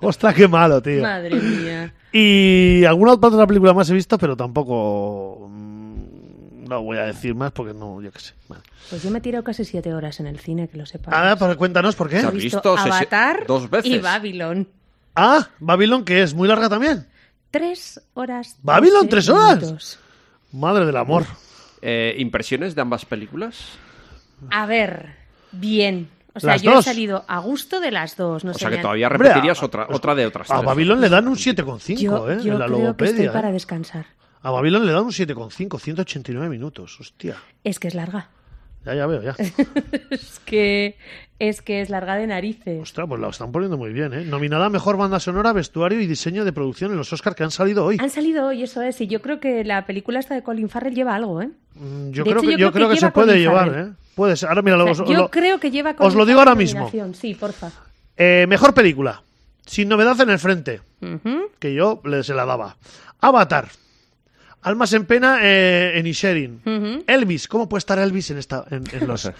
Speaker 1: Ostras, qué malo, tío.
Speaker 3: Madre mía.
Speaker 1: Y alguna otra película más he visto, pero tampoco. mm, No voy a decir más porque no, yo qué sé. Vale.
Speaker 3: Pues yo me he tirado casi siete horas en el cine, que lo sepas.
Speaker 1: A ver, pues cuéntanos por qué.
Speaker 3: He
Speaker 2: Claro.
Speaker 3: visto
Speaker 2: visto sesi-
Speaker 3: Avatar
Speaker 2: dos veces.
Speaker 3: y Babylon.
Speaker 1: Ah, Babylon, que es muy larga también.
Speaker 3: Tres horas.
Speaker 1: ¿Babylon,
Speaker 3: doce
Speaker 1: tres horas?
Speaker 3: minutos.
Speaker 1: Madre del amor.
Speaker 2: Eh, ¿Impresiones de ambas películas?
Speaker 3: A ver, bien. O sea,
Speaker 1: Las
Speaker 3: yo
Speaker 1: dos.
Speaker 3: he salido a gusto de las dos. No
Speaker 2: o
Speaker 3: sé,
Speaker 2: sea que
Speaker 3: me han-
Speaker 2: todavía
Speaker 1: Hombre,
Speaker 2: repetirías
Speaker 1: a-
Speaker 2: otra,
Speaker 1: pues,
Speaker 2: otra de otras.
Speaker 1: A
Speaker 2: tres.
Speaker 1: Babylon le dan un 7,5
Speaker 3: Yo,
Speaker 1: eh,
Speaker 3: yo
Speaker 1: en la
Speaker 3: creo que estoy
Speaker 1: logopedia.
Speaker 3: para
Speaker 1: eh.
Speaker 3: descansar.
Speaker 1: A Babylon le dan un 7,5, 189 minutos. Hostia,
Speaker 3: Es que es larga.
Speaker 1: ya, ya veo, ya.
Speaker 3: Es que es que es larga de narices.
Speaker 1: Ostras, pues la están poniendo muy bien, ¿eh? Nominada a Mejor Banda Sonora, Vestuario y Diseño de Producción en los Oscars que han salido hoy.
Speaker 3: Han salido hoy, eso es, y yo creo que la película esta de Colin Farrell lleva algo, ¿eh?
Speaker 1: Mm, Yo
Speaker 3: de
Speaker 1: creo
Speaker 3: hecho,
Speaker 1: que,
Speaker 3: yo
Speaker 1: yo
Speaker 3: creo
Speaker 1: creo
Speaker 3: que
Speaker 1: que se
Speaker 3: lleva
Speaker 1: puede
Speaker 3: Colin
Speaker 1: llevar,
Speaker 3: Farrell.
Speaker 1: ¿eh? Puede ser. Ahora mira,
Speaker 3: O sea,
Speaker 1: lo, os
Speaker 3: yo
Speaker 1: lo-
Speaker 3: creo que lleva
Speaker 1: os lo digo ahora mismo.
Speaker 3: mismo. Sí, porfa.
Speaker 1: Eh, mejor película. Sin novedad en el frente,
Speaker 3: Ujú.
Speaker 1: que yo le- se la daba. Avatar. Almas en pena eh, en Isherin.
Speaker 3: Ujú. *laughs*
Speaker 1: Elvis. ¿Cómo puede estar Elvis en esta en, en los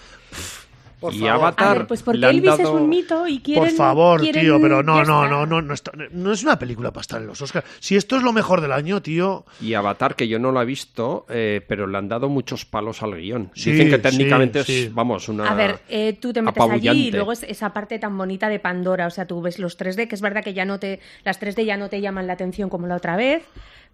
Speaker 1: Por
Speaker 2: y
Speaker 1: favor.
Speaker 3: A
Speaker 2: Avatar.
Speaker 3: ver, pues porque
Speaker 2: le han
Speaker 3: Elvis es
Speaker 2: dado-
Speaker 3: un mito y quieren...
Speaker 1: Por favor,
Speaker 3: quieren-
Speaker 1: tío, pero no,
Speaker 3: ya
Speaker 1: no,
Speaker 3: está.
Speaker 1: no, no, no, está- no es una película para estar en los Oscars. Si esto es lo mejor del año, tío.
Speaker 2: Y Avatar, que yo no la he visto, eh, pero le han dado muchos palos al guión.
Speaker 1: Sí,
Speaker 2: Dicen que
Speaker 1: sí,
Speaker 2: técnicamente
Speaker 1: sí.
Speaker 2: es, vamos, una.
Speaker 3: A ver, eh, tú te metes allí y
Speaker 2: apabullante.
Speaker 3: luego es esa parte tan bonita de Pandora, o sea, tú ves los 3D, que es verdad que ya no te, las 3D ya no te llaman la atención como la otra vez,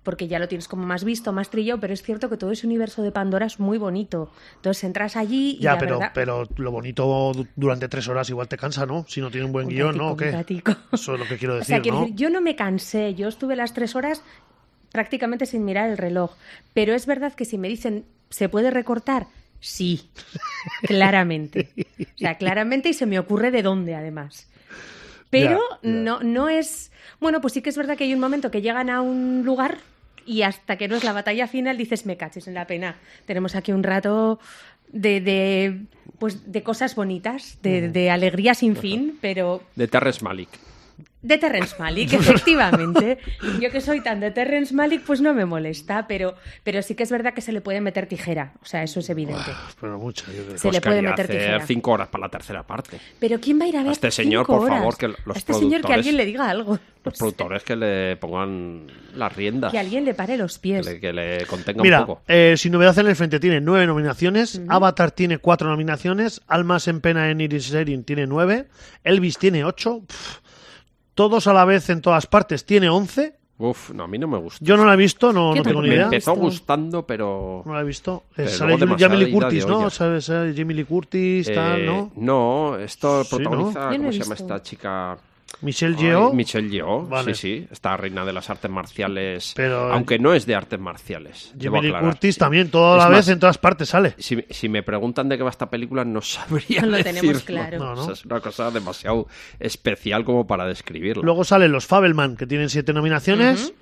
Speaker 3: porque ya lo tienes como más visto, más trillo, pero es cierto que todo ese universo de Pandora es muy bonito. Entonces entras allí y
Speaker 1: Ya,
Speaker 3: la
Speaker 1: pero,
Speaker 3: verdad-
Speaker 1: pero lo bonito du- durante tres horas igual te cansa, ¿no? Si no tiene un buen
Speaker 3: Un
Speaker 1: guión, ¿no?
Speaker 3: ratico,
Speaker 1: ¿O qué?
Speaker 3: un ratico.
Speaker 1: *laughs* Eso es lo que quiero
Speaker 3: *laughs* O
Speaker 1: decir,
Speaker 3: sea, quiero
Speaker 1: ¿no?
Speaker 3: decir, yo no me cansé, yo estuve las tres horas prácticamente sin mirar el reloj, pero es verdad que si me dicen, ¿se puede recortar? Sí, *laughs* claramente. O sea, claramente y se me ocurre de dónde además. Pero
Speaker 1: Ya, ya.
Speaker 3: No, no es... Bueno, pues sí que es verdad que hay un momento que llegan a un lugar y hasta que no es la batalla final dices, me caches en la pena. Tenemos aquí un rato de, de, pues, de cosas bonitas, de, de alegría sin fin, pero
Speaker 2: De Terrence Malik.
Speaker 3: de Terrence Malik, efectivamente. Yo que soy tan de Terrence Malik, pues no me molesta, pero, pero sí que es verdad que se le puede meter tijera. O sea, eso es evidente.
Speaker 1: Pero mucho, yo creo.
Speaker 3: Se le
Speaker 2: que
Speaker 3: puede
Speaker 2: haría
Speaker 3: meter
Speaker 2: Pues hacer
Speaker 3: tijera.
Speaker 2: cinco horas para la tercera parte.
Speaker 3: Pero ¿quién va a ir a ver?
Speaker 2: este señor,
Speaker 3: cinco
Speaker 2: por
Speaker 3: horas?
Speaker 2: favor, que los
Speaker 3: A este señor que
Speaker 2: productores-
Speaker 3: alguien le diga algo.
Speaker 2: Los productores que le pongan las riendas.
Speaker 3: Pues, Que alguien le pare los
Speaker 2: Que
Speaker 3: pies.
Speaker 2: le, que le contenga
Speaker 1: Mira,
Speaker 2: un poco.
Speaker 1: eh, sin novedad en el frente tiene nueve nominaciones, Avatar tiene cuatro nominaciones, Almas en pena en Iris Erin tiene nueve, Elvis tiene ocho, pf, todos a la vez en todas partes tiene once.
Speaker 2: Uf, no, a mí no me gusta.
Speaker 1: Yo no la he visto, no,
Speaker 3: Yo
Speaker 1: no tengo
Speaker 3: tampoco.
Speaker 1: ni
Speaker 2: me
Speaker 1: idea.
Speaker 2: empezó
Speaker 3: Esto-
Speaker 2: gustando, pero.
Speaker 1: No la he visto. Eh,
Speaker 2: Pero
Speaker 1: sale
Speaker 2: luego
Speaker 1: Jamie
Speaker 2: demasiada
Speaker 1: Lee
Speaker 2: ida de
Speaker 1: Curtis, ¿no?
Speaker 2: olla.
Speaker 1: ¿Sabes? Sale Jamie Lee Curtis,
Speaker 2: eh,
Speaker 1: tal, ¿no?
Speaker 2: no, esto
Speaker 1: Sí, ¿no?
Speaker 2: protagoniza.
Speaker 3: Yo no he
Speaker 2: ¿Cómo se llama
Speaker 3: visto.
Speaker 2: esta chica?
Speaker 1: Michelle
Speaker 2: Ay,
Speaker 1: Yeoh.
Speaker 2: Michelle Yeoh,
Speaker 1: Vale.
Speaker 2: sí, sí. Esta reina de las artes marciales.
Speaker 1: Pero-
Speaker 2: aunque no es de artes marciales. debo
Speaker 1: Jamie Lee
Speaker 2: aclarar.
Speaker 1: Curtis también, toda
Speaker 2: Es
Speaker 1: la
Speaker 2: más,
Speaker 1: vez en todas partes sale.
Speaker 2: Si, si me preguntan de qué va esta película, no sabría
Speaker 3: Lo
Speaker 2: decirlo.
Speaker 3: tenemos claro.
Speaker 1: No, no.
Speaker 2: O sea, es una cosa demasiado especial como para describirla.
Speaker 1: Luego salen los Fabelman, que tienen siete nominaciones.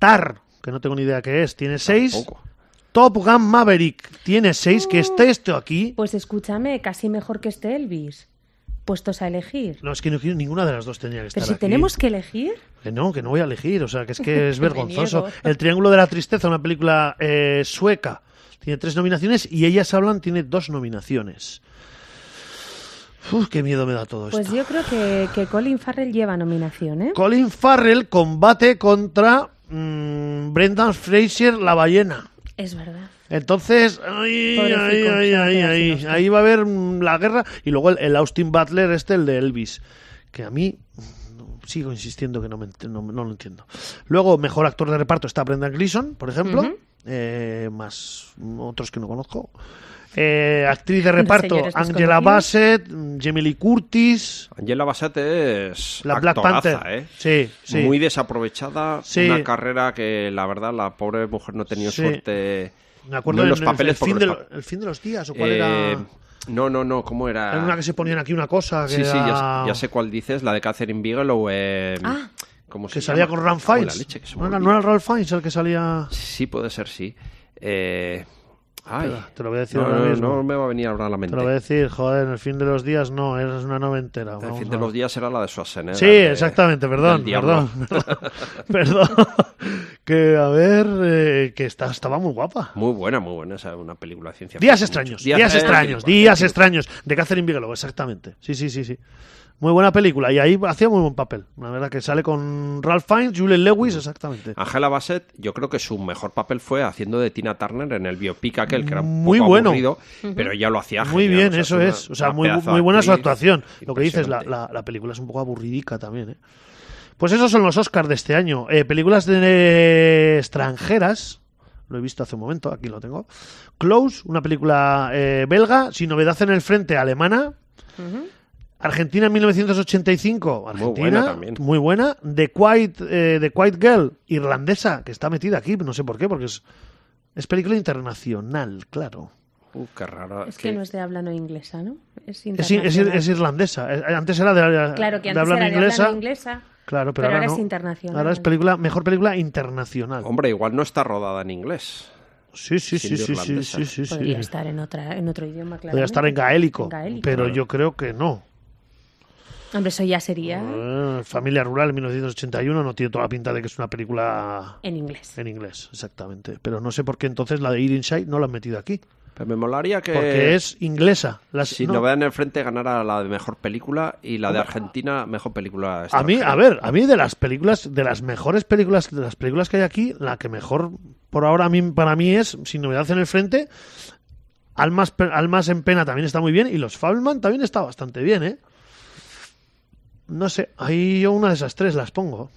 Speaker 1: Tar, que no tengo ni idea qué es, tiene seis.
Speaker 2: Tampoco.
Speaker 1: Top Gun Maverick tiene seis,
Speaker 3: Ah.
Speaker 1: que esté esto aquí.
Speaker 3: Pues escúchame, casi mejor que este Elvis. Puestos a elegir.
Speaker 1: No, es que no quiero ninguna de las dos tenía que estar
Speaker 3: Pero si
Speaker 1: aquí.
Speaker 3: tenemos que elegir,
Speaker 1: Que no, que no voy a elegir, o sea, que es
Speaker 3: *laughs*
Speaker 1: que es
Speaker 3: Me
Speaker 1: vergonzoso.
Speaker 3: niego.
Speaker 1: El Triángulo de la Tristeza, una película eh, sueca, tiene tres nominaciones y Ellas Hablan tiene dos nominaciones. Uf, qué miedo me da todo
Speaker 3: pues
Speaker 1: esto.
Speaker 3: yo creo que, que Colin Farrell lleva nominación, ¿eh?
Speaker 1: Colin Farrell combate contra mm, Brendan Fraser, la ballena.
Speaker 3: Es verdad.
Speaker 1: Entonces, ay,
Speaker 3: Pobrecito,
Speaker 1: ay, ay,
Speaker 3: se va a
Speaker 1: ay,
Speaker 3: quedar
Speaker 1: ay,
Speaker 3: sin Oscar.
Speaker 1: ahí va a haber mm, la guerra. Y luego el, el Austin Butler, este, el de Elvis, que a mí mm, no- sigo insistiendo que no, me ent- no- no lo entiendo. Luego, mejor actor de reparto está Brendan Gleeson, por ejemplo, eh, más mm, otros que no conozco. Eh, actriz de reparto,
Speaker 3: señores
Speaker 1: Angela
Speaker 3: desconocidos.
Speaker 1: Bassett, mm, Jamie Lee Curtis,
Speaker 2: Angela Bassett es
Speaker 1: la Black
Speaker 2: actoraza,
Speaker 1: Panther.
Speaker 2: ¿eh?
Speaker 1: Sí, sí.
Speaker 2: Muy desaprovechada,
Speaker 1: Sí.
Speaker 2: una carrera que la verdad la pobre mujer no ha tenido
Speaker 1: Sí.
Speaker 2: suerte
Speaker 1: Me acuerdo
Speaker 2: no en
Speaker 1: en
Speaker 2: los
Speaker 1: el-
Speaker 2: papeles
Speaker 1: el, fin
Speaker 2: porque
Speaker 1: de,
Speaker 2: los
Speaker 1: lo-
Speaker 2: pa-
Speaker 1: el fin de los días, o cuál
Speaker 2: Eh,
Speaker 1: era.
Speaker 2: No, no, no, ¿cómo era?
Speaker 1: Era una que se ponían aquí una cosa. Que
Speaker 2: Sí, sí, ya,
Speaker 1: era-
Speaker 2: ya sé cuál dices, la de Catherine Bigelow. Eh,
Speaker 3: Ah.
Speaker 2: ¿cómo se
Speaker 1: Que salía
Speaker 2: llama?
Speaker 1: con Ralph
Speaker 2: Joder, la
Speaker 1: Fiennes.
Speaker 2: leche, que se
Speaker 1: no,
Speaker 2: me
Speaker 1: era, no
Speaker 2: olvida.
Speaker 1: era Ralph Fiennes el que salía.
Speaker 2: Sí, puede ser, sí. Eh, ay,
Speaker 1: Espera, te lo voy a decir
Speaker 2: no,
Speaker 1: ahora
Speaker 2: no,
Speaker 1: mismo.
Speaker 2: no me va a venir ahora a la
Speaker 1: Te
Speaker 2: mente.
Speaker 1: lo voy a decir, joder, en el fin de los días no, eres una noventera.
Speaker 2: el
Speaker 1: vamos
Speaker 2: fin
Speaker 1: a
Speaker 2: de
Speaker 1: ver.
Speaker 2: los días era la de Schwarzenegger.
Speaker 1: Sí,
Speaker 2: de-
Speaker 1: exactamente, perdón,
Speaker 2: del diablo.
Speaker 1: perdón. *laughs* perdón. Que a ver, eh, que está, estaba muy guapa.
Speaker 2: Muy buena, muy buena esa, una película de ciencia
Speaker 1: Días
Speaker 2: ficción,
Speaker 1: extraños,
Speaker 2: mucho.
Speaker 1: días,
Speaker 2: eh,
Speaker 1: extraños,
Speaker 2: película,
Speaker 1: días
Speaker 2: película.
Speaker 1: extraños. De Catherine Bigelow, exactamente. Sí, sí, sí, sí. Muy buena película y ahí hacía muy buen papel. La verdad que sale con Ralph Fiennes, Julian Lewis, exactamente.
Speaker 2: Angela Bassett, yo creo que su mejor papel fue haciendo de Tina Turner en el biopic aquel, que era un
Speaker 1: Muy
Speaker 2: poco
Speaker 1: bueno.
Speaker 2: aburrido, pero ella lo hacía
Speaker 1: Muy
Speaker 2: genial,
Speaker 1: bien,
Speaker 2: o sea,
Speaker 1: eso
Speaker 2: una-
Speaker 1: es. O sea,
Speaker 2: una
Speaker 1: muy,
Speaker 2: pedazo
Speaker 1: muy
Speaker 2: de
Speaker 1: buena su
Speaker 2: actriz.
Speaker 1: actuación. Lo que dices, la,
Speaker 2: Impresionante.
Speaker 1: la- la película es un poco aburridica también. ¿eh? Pues esos son los Oscars de este año. Eh, películas de, eh, extranjeras. Lo he visto hace un momento, aquí lo tengo. Close, una película eh, belga, sin novedad en el frente, alemana. Argentina en 1985, Argentina, muy buena,
Speaker 2: buena también.
Speaker 1: The Quiet, eh, The Quiet Girl, irlandesa, que está metida aquí, no sé por qué, porque es, es película internacional, claro.
Speaker 2: Uh, qué raro.
Speaker 3: Es que
Speaker 2: qué-
Speaker 3: no es de habla no inglesa, ¿no? Es
Speaker 1: Es, ir- es ir-
Speaker 3: internacional.
Speaker 1: es irlandesa. Eh, Antes era de,
Speaker 3: Claro, que
Speaker 1: de
Speaker 3: antes
Speaker 1: habla
Speaker 3: era de
Speaker 1: inglesa.
Speaker 3: habla no inglesa.
Speaker 1: Claro, pero,
Speaker 3: pero ahora
Speaker 1: no.
Speaker 3: es internacional.
Speaker 1: Ahora es película, mejor película internacional.
Speaker 2: Hombre, igual no está rodada en inglés.
Speaker 1: sí, sí, sí,
Speaker 2: siendo
Speaker 1: sí, sí,
Speaker 2: irlandesa.
Speaker 1: sí, sí, sí.
Speaker 3: Podría estar en, otra, en otro idioma, claro.
Speaker 1: Podría estar en gaélico,
Speaker 3: En gaélico.
Speaker 1: pero yo creo que no.
Speaker 3: Hombre, eso ya sería
Speaker 1: Eh, Familia Rural 1981 no tiene toda la pinta de que es una película
Speaker 3: en inglés.
Speaker 1: Eh. en inglés, exactamente. Pero no sé por qué entonces la de Ironside no la han metido aquí.
Speaker 2: Pero me molaría que
Speaker 1: Porque es inglesa. Las-
Speaker 2: Eh, si
Speaker 1: no.
Speaker 2: Novedad en el Frente ganara la de mejor película y la de Argentina mejor película.
Speaker 1: A mí,
Speaker 2: extranjera.
Speaker 1: a ver, a mí de las películas, de las mejores películas, de las películas que hay aquí, la que mejor por ahora a mí, para mí es, sin novedad en el frente, Almas, Pe- Almas en Pena también está muy bien y Los Fableman también está bastante bien, ¿eh? No sé, ahí yo una de esas tres las pongo.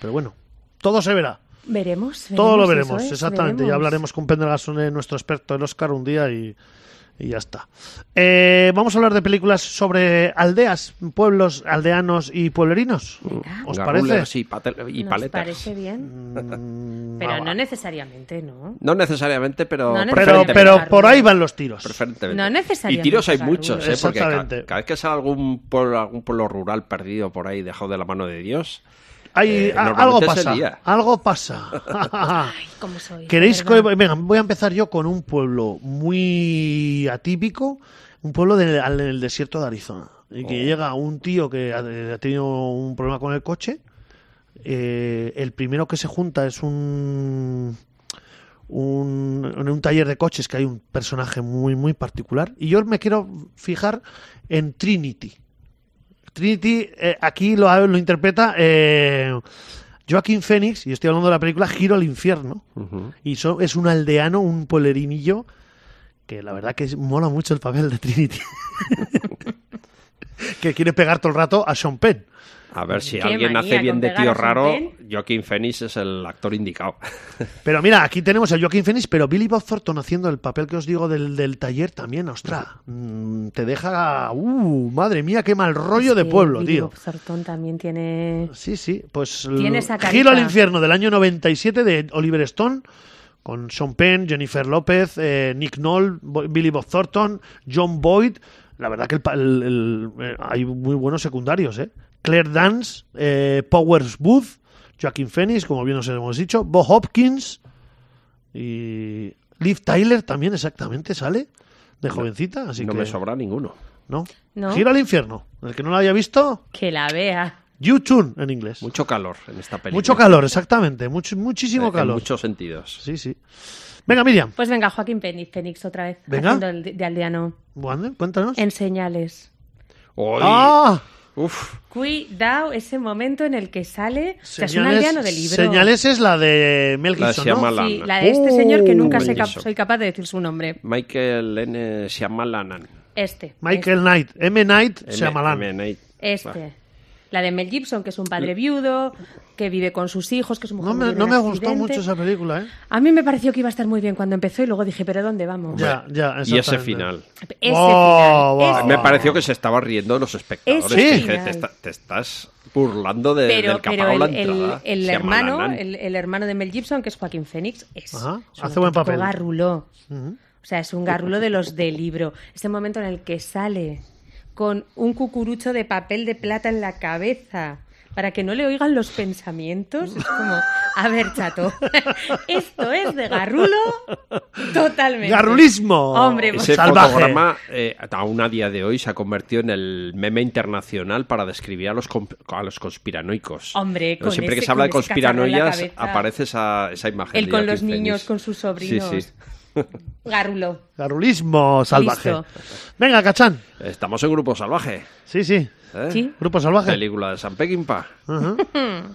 Speaker 1: Pero bueno, todo se verá.
Speaker 3: Veremos.
Speaker 1: Todo lo
Speaker 3: veremos,
Speaker 1: veremos,
Speaker 3: eso es,
Speaker 1: exactamente.
Speaker 3: veremos.
Speaker 1: Ya hablaremos con Pendergast, nuestro experto del Oscar, un día y, y ya está. Eh, vamos a hablar de películas sobre aldeas, pueblos aldeanos y pueblerinos.
Speaker 3: Venga.
Speaker 1: ¿Os
Speaker 2: Garrulers
Speaker 1: parece?
Speaker 2: Y, patel- y
Speaker 3: Nos
Speaker 2: paletas.
Speaker 3: parece bien.
Speaker 1: Mm,
Speaker 3: Pero
Speaker 1: va, va.
Speaker 3: no necesariamente, ¿no?
Speaker 2: No necesariamente, pero.
Speaker 3: No
Speaker 1: pero,
Speaker 3: necesariamente.
Speaker 1: pero por ahí van los tiros.
Speaker 2: Preferentemente.
Speaker 3: No necesariamente,
Speaker 2: Y tiros hay
Speaker 3: Garrulers.
Speaker 2: muchos, ¿eh? Porque ca-
Speaker 1: Exactamente.
Speaker 2: cada, vez que sale algún pueblo, algún pueblo rural perdido por ahí, dejado de la mano de Dios.
Speaker 1: Hay,
Speaker 2: Eh,
Speaker 1: a-
Speaker 2: normalmente
Speaker 1: algo
Speaker 2: es el
Speaker 1: pasa.
Speaker 2: día.
Speaker 1: Algo
Speaker 2: *laughs*
Speaker 1: pasa. *laughs*
Speaker 3: Ay, ¿Cómo soy?
Speaker 1: ¿Queréis?
Speaker 3: Perdón.
Speaker 1: que- venga, voy a empezar yo con un pueblo muy atípico, un pueblo del, al- del desierto de Arizona. Y que llega un tío que ha, ha tenido un problema con el coche. eh, el primero que se junta es un, un. En un taller de coches que hay un personaje muy, muy particular. Y yo me quiero fijar en Trinity. Trinity, eh, aquí lo, lo interpreta eh, Joaquín Phoenix, y estoy hablando de la película Giro al Infierno. Y so- es un aldeano, un polerinillo, que la verdad que es- mola mucho el papel de Trinity. *laughs* que quiere pegar todo el rato a Sean Penn.
Speaker 2: A ver si
Speaker 3: Qué
Speaker 2: alguien
Speaker 3: manía
Speaker 2: hace bien
Speaker 3: con
Speaker 2: de
Speaker 3: pegar
Speaker 2: tío
Speaker 3: a Sean
Speaker 2: raro.
Speaker 3: Penn.
Speaker 2: Joaquin Phoenix es el actor indicado.
Speaker 1: Pero mira, aquí tenemos a Joaquin Phoenix, pero Billy Bob Thornton haciendo el papel que os digo del, del taller también, ostras. mm, te deja... ¡Uh! Madre mía, qué mal rollo
Speaker 3: Es
Speaker 1: de
Speaker 3: que
Speaker 1: pueblo,
Speaker 3: Billy
Speaker 1: tío.
Speaker 3: Bob Thornton también tiene.
Speaker 1: Sí, sí, pues
Speaker 3: Tiene
Speaker 1: l-
Speaker 3: esa carita.
Speaker 1: Giro al infierno del año 97 de Oliver Stone con Sean Penn, Jennifer López, eh, Nick Knoll, Bo- Billy Bob Thornton, John Boyd. La verdad que el pa- el- el- eh, hay muy buenos secundarios, ¿eh? Claire Dance, eh, Powers Booth, Joaquin Phoenix, como bien os hemos dicho, Bob Hopkins y Liv Tyler también exactamente sale de jovencita, así
Speaker 2: no
Speaker 1: que
Speaker 2: me sobra ninguno.
Speaker 1: no.
Speaker 3: No.
Speaker 1: Giro al infierno. El que no lo haya visto,
Speaker 3: Que la vea.
Speaker 1: YouTube en inglés.
Speaker 2: Mucho calor en esta película.
Speaker 1: Mucho calor, exactamente. Mucho,
Speaker 2: Eh,
Speaker 1: muchísimo
Speaker 2: En
Speaker 1: calor.
Speaker 2: muchos sentidos.
Speaker 1: Sí, sí. Venga, Miriam.
Speaker 3: Pues venga, Joaquín Phoenix, Phoenix otra vez.
Speaker 1: Venga.
Speaker 3: haciendo el de de aldeano.
Speaker 1: Wander, cuéntanos.
Speaker 3: En señales.
Speaker 2: Hoy-
Speaker 1: ¡Ah!
Speaker 2: Uf,
Speaker 3: Cuidado ese momento en el que sale. o sea, es un
Speaker 1: Señales-
Speaker 3: aldeano de libro.
Speaker 1: Señales es la de Mel
Speaker 2: La
Speaker 1: Gibson,
Speaker 2: se llama
Speaker 1: ¿no?
Speaker 2: la-
Speaker 3: Sí, la de este
Speaker 1: Oh.
Speaker 3: señor que nunca se
Speaker 2: Mel
Speaker 3: cap-
Speaker 2: Gibson.
Speaker 3: soy capaz de decir su nombre.
Speaker 2: Michael N. Shyamalan.
Speaker 3: Este.
Speaker 1: Michael Knight. M. Knight
Speaker 2: M-
Speaker 1: Shyamalan.
Speaker 2: M. Night.
Speaker 3: Este.
Speaker 2: Bah.
Speaker 3: La de Mel Gibson, que es un padre viudo, que vive con sus hijos, que es un
Speaker 1: No me, no me gustó mucho esa película, ¿eh?
Speaker 3: A mí me pareció que iba a estar muy bien cuando empezó y luego dije, ¿pero dónde vamos?
Speaker 1: Ya, ya,
Speaker 2: Y ese
Speaker 1: exactamente.
Speaker 2: final.
Speaker 3: Ese
Speaker 1: Oh,
Speaker 3: final,
Speaker 1: va,
Speaker 3: ese
Speaker 2: Me
Speaker 1: va.
Speaker 2: pareció que se estaba riendo los espectadores.
Speaker 3: Ese
Speaker 1: Sí.
Speaker 2: Dije, te, está- te estás burlando de,
Speaker 3: pero,
Speaker 2: del que ha
Speaker 3: pero
Speaker 2: pagado
Speaker 3: el,
Speaker 2: la
Speaker 3: el-
Speaker 2: entrada.
Speaker 3: el
Speaker 2: Shyamalan.
Speaker 3: hermano, el, el hermano de Mel Gibson, que es Joaquín Phoenix, es,
Speaker 1: Ajá,
Speaker 3: es un
Speaker 1: hace buen
Speaker 3: auténtico
Speaker 1: papel.
Speaker 3: garrulo.
Speaker 1: Ujú.
Speaker 3: O sea, es un garrulo de los del libro. Este momento en el que sale con un cucurucho de papel de plata en la cabeza para que no le oigan los pensamientos, es como, a ver, chato, *laughs* esto es de garrulo totalmente.
Speaker 1: ¡Garrulismo!
Speaker 3: Hombre,
Speaker 2: Ese
Speaker 1: Salvaje.
Speaker 2: fotograma eh, aún a día de hoy se ha convertido en el meme internacional para describir a los, comp- a los conspiranoicos.
Speaker 3: Hombre,
Speaker 2: ¿No?
Speaker 3: con
Speaker 2: Siempre
Speaker 3: ese-
Speaker 2: que se habla de
Speaker 3: con ese cacharro en la
Speaker 2: conspiranoias
Speaker 3: cabeza.
Speaker 2: aparece esa, esa imagen.
Speaker 3: Él
Speaker 2: de
Speaker 3: con
Speaker 2: Joaquin
Speaker 3: los niños,
Speaker 2: Phoenix.
Speaker 3: con sus sobrinos.
Speaker 2: Sí, sí.
Speaker 3: Garrulo.
Speaker 1: Garrulismo salvaje.
Speaker 3: Listo.
Speaker 1: Venga, Cachán.
Speaker 2: Estamos en Grupo Salvaje.
Speaker 1: Sí, sí.
Speaker 2: ¿eh?
Speaker 3: Sí.
Speaker 1: Grupo salvaje.
Speaker 2: Película de San Peckinpah.
Speaker 3: *laughs*
Speaker 1: Ajá.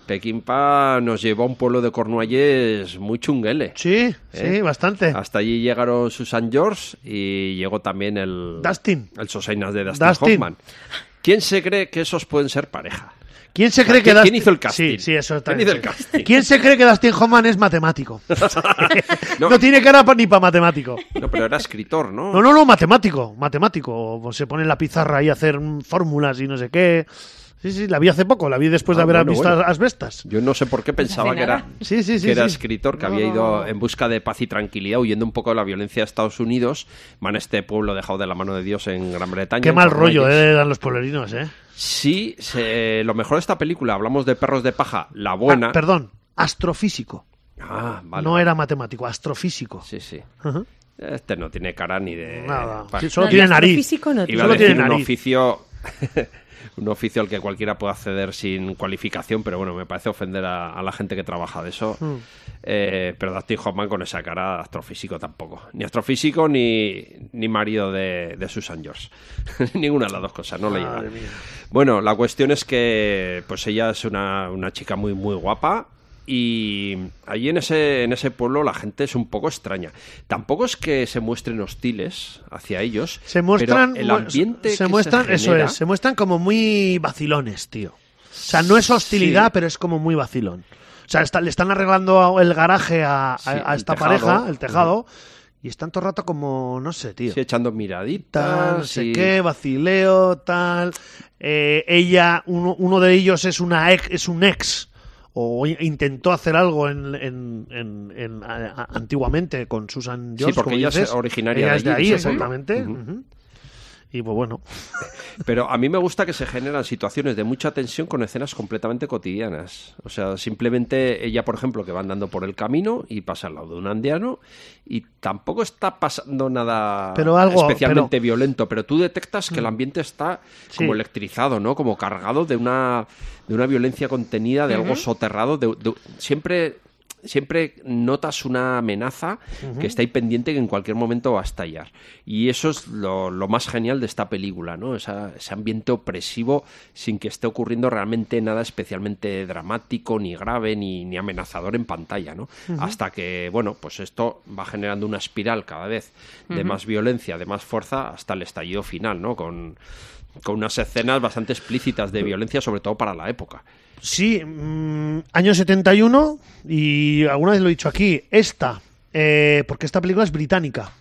Speaker 2: Peckinpah nos llevó a un pueblo de Cornualles muy chunguele.
Speaker 1: Sí, sí,
Speaker 2: Eh.
Speaker 1: bastante.
Speaker 2: Hasta allí llegaron Susan George y llegó también el...
Speaker 1: Dustin.
Speaker 2: El Sosainas de Dustin,
Speaker 1: Dustin.
Speaker 2: Hoffman. ¿Quién se cree que esos pueden ser pareja?
Speaker 1: ¿Quién se cree
Speaker 2: Ah, ¿Quién-
Speaker 1: que
Speaker 2: quién
Speaker 1: Dustin-
Speaker 2: hizo el casting?
Speaker 1: Sí, sí, eso está
Speaker 2: ¿Quién
Speaker 1: bien.
Speaker 2: hizo el casting?
Speaker 1: ¿Quién se cree que Dustin Hoffman es matemático? no.
Speaker 2: No.
Speaker 1: tiene cara pa- ni para matemático.
Speaker 2: No, pero era escritor, ¿no?
Speaker 1: No, no, no, matemático, matemático. O Se pone en la pizarra ahí a hacer mm, fórmulas y no sé qué. Sí, sí, la vi hace poco, la vi después de
Speaker 2: Ah,
Speaker 1: haber
Speaker 2: bueno,
Speaker 1: visto
Speaker 2: bueno.
Speaker 1: asbestas.
Speaker 2: Yo no sé por
Speaker 1: Pues
Speaker 2: qué pensaba
Speaker 3: hace
Speaker 2: que era,
Speaker 3: nada.
Speaker 1: Sí, sí, sí,
Speaker 2: que era
Speaker 1: sí.
Speaker 2: escritor, que
Speaker 1: No,
Speaker 2: había
Speaker 1: no, no.
Speaker 2: ido en busca de paz y tranquilidad, huyendo un poco de la violencia de Estados Unidos, man este pueblo dejado de la mano de Dios en Gran Bretaña.
Speaker 1: Qué
Speaker 2: en
Speaker 1: mal rollo
Speaker 2: Cornualles.
Speaker 1: eh, eran los pueblerinos, ¿eh?
Speaker 2: Sí, se- lo mejor de esta película, hablamos de Perros de Paja, la buena.
Speaker 1: Ah, perdón, astrofísico.
Speaker 2: Ah, vale.
Speaker 1: No era matemático, astrofísico.
Speaker 2: Sí, Eh, sí.
Speaker 1: Ajá.
Speaker 2: Este no tiene cara ni de...
Speaker 1: Nada,
Speaker 2: Bueno.
Speaker 1: sí, solo
Speaker 3: No,
Speaker 1: tiene
Speaker 3: de
Speaker 1: nariz.
Speaker 3: astrofísico no
Speaker 2: Iba
Speaker 1: Solo
Speaker 2: a
Speaker 1: *laughs*
Speaker 2: decir
Speaker 1: tiene
Speaker 2: un
Speaker 1: nariz.
Speaker 2: oficio un oficio al que cualquiera puede acceder sin cualificación, pero bueno, me parece ofender a, a la gente que trabaja de eso.
Speaker 1: Mm.
Speaker 2: Eh, pero Dustin Hoffman con esa cara astrofísico tampoco. Ni astrofísico ni, ni marido de, de Susan George. *laughs* Ninguna de las dos cosas, no le llega.
Speaker 1: Madre mía.
Speaker 2: Bueno, la cuestión es que pues ella es una, una chica muy muy guapa y allí en ese, en ese pueblo la gente es un poco extraña. Tampoco es que se muestren hostiles hacia ellos.
Speaker 1: Se muestran,
Speaker 2: pero el ambiente
Speaker 1: se
Speaker 2: que
Speaker 1: muestran, eso
Speaker 2: genera-
Speaker 1: es, se muestran como muy vacilones, tío. O sea, no es hostilidad,
Speaker 2: Sí.
Speaker 1: pero es como muy vacilón. O sea, está- le están arreglando el garaje a, a-
Speaker 2: Sí,
Speaker 1: a
Speaker 2: el
Speaker 1: esta
Speaker 2: tejado.
Speaker 1: pareja, el tejado, y están todo el rato como, no sé, tío.
Speaker 2: Sí, echando
Speaker 1: tal,
Speaker 2: miraditas.
Speaker 1: no sé
Speaker 2: y-
Speaker 1: qué, vacileo, tal. Eh, ella, uno, uno de ellos es una ex, es un ex o i- intentó hacer algo en, en- en- en- a- a- antiguamente con Susan George.
Speaker 2: porque
Speaker 1: como
Speaker 2: ella es
Speaker 1: dices.
Speaker 2: originaria
Speaker 1: Ella
Speaker 2: de
Speaker 1: es de
Speaker 2: allí,
Speaker 1: ahí,
Speaker 2: sí,
Speaker 1: exactamente. Ujú. Y pues bueno,
Speaker 2: Pero a mí me gusta que se generan situaciones de mucha tensión con escenas completamente cotidianas. O sea, simplemente ella, por ejemplo, que va andando por el camino y pasa al lado de un andiano y tampoco está pasando nada
Speaker 1: Pero algo-
Speaker 2: especialmente
Speaker 1: pero-
Speaker 2: violento, pero tú detectas que el ambiente está
Speaker 1: Sí.
Speaker 2: como electrizado, ¿no? Como cargado de una, de una violencia contenida, de algo soterrado, de- de- siempre... Siempre notas una amenaza que está ahí pendiente que en cualquier momento va a estallar. Y eso es lo, lo más genial de esta película, ¿no? Esa- ese ambiente opresivo sin que esté ocurriendo realmente nada especialmente dramático, ni grave, ni, ni amenazador en pantalla, ¿no? Hasta que, bueno, pues esto va generando una espiral cada vez de más violencia, de más fuerza, hasta el estallido final, ¿no? Con, con unas escenas bastante explícitas de violencia, sobre todo para la época.
Speaker 1: sí, mm, año 71, y alguna vez lo he dicho aquí, esta, eh, porque esta película es británica.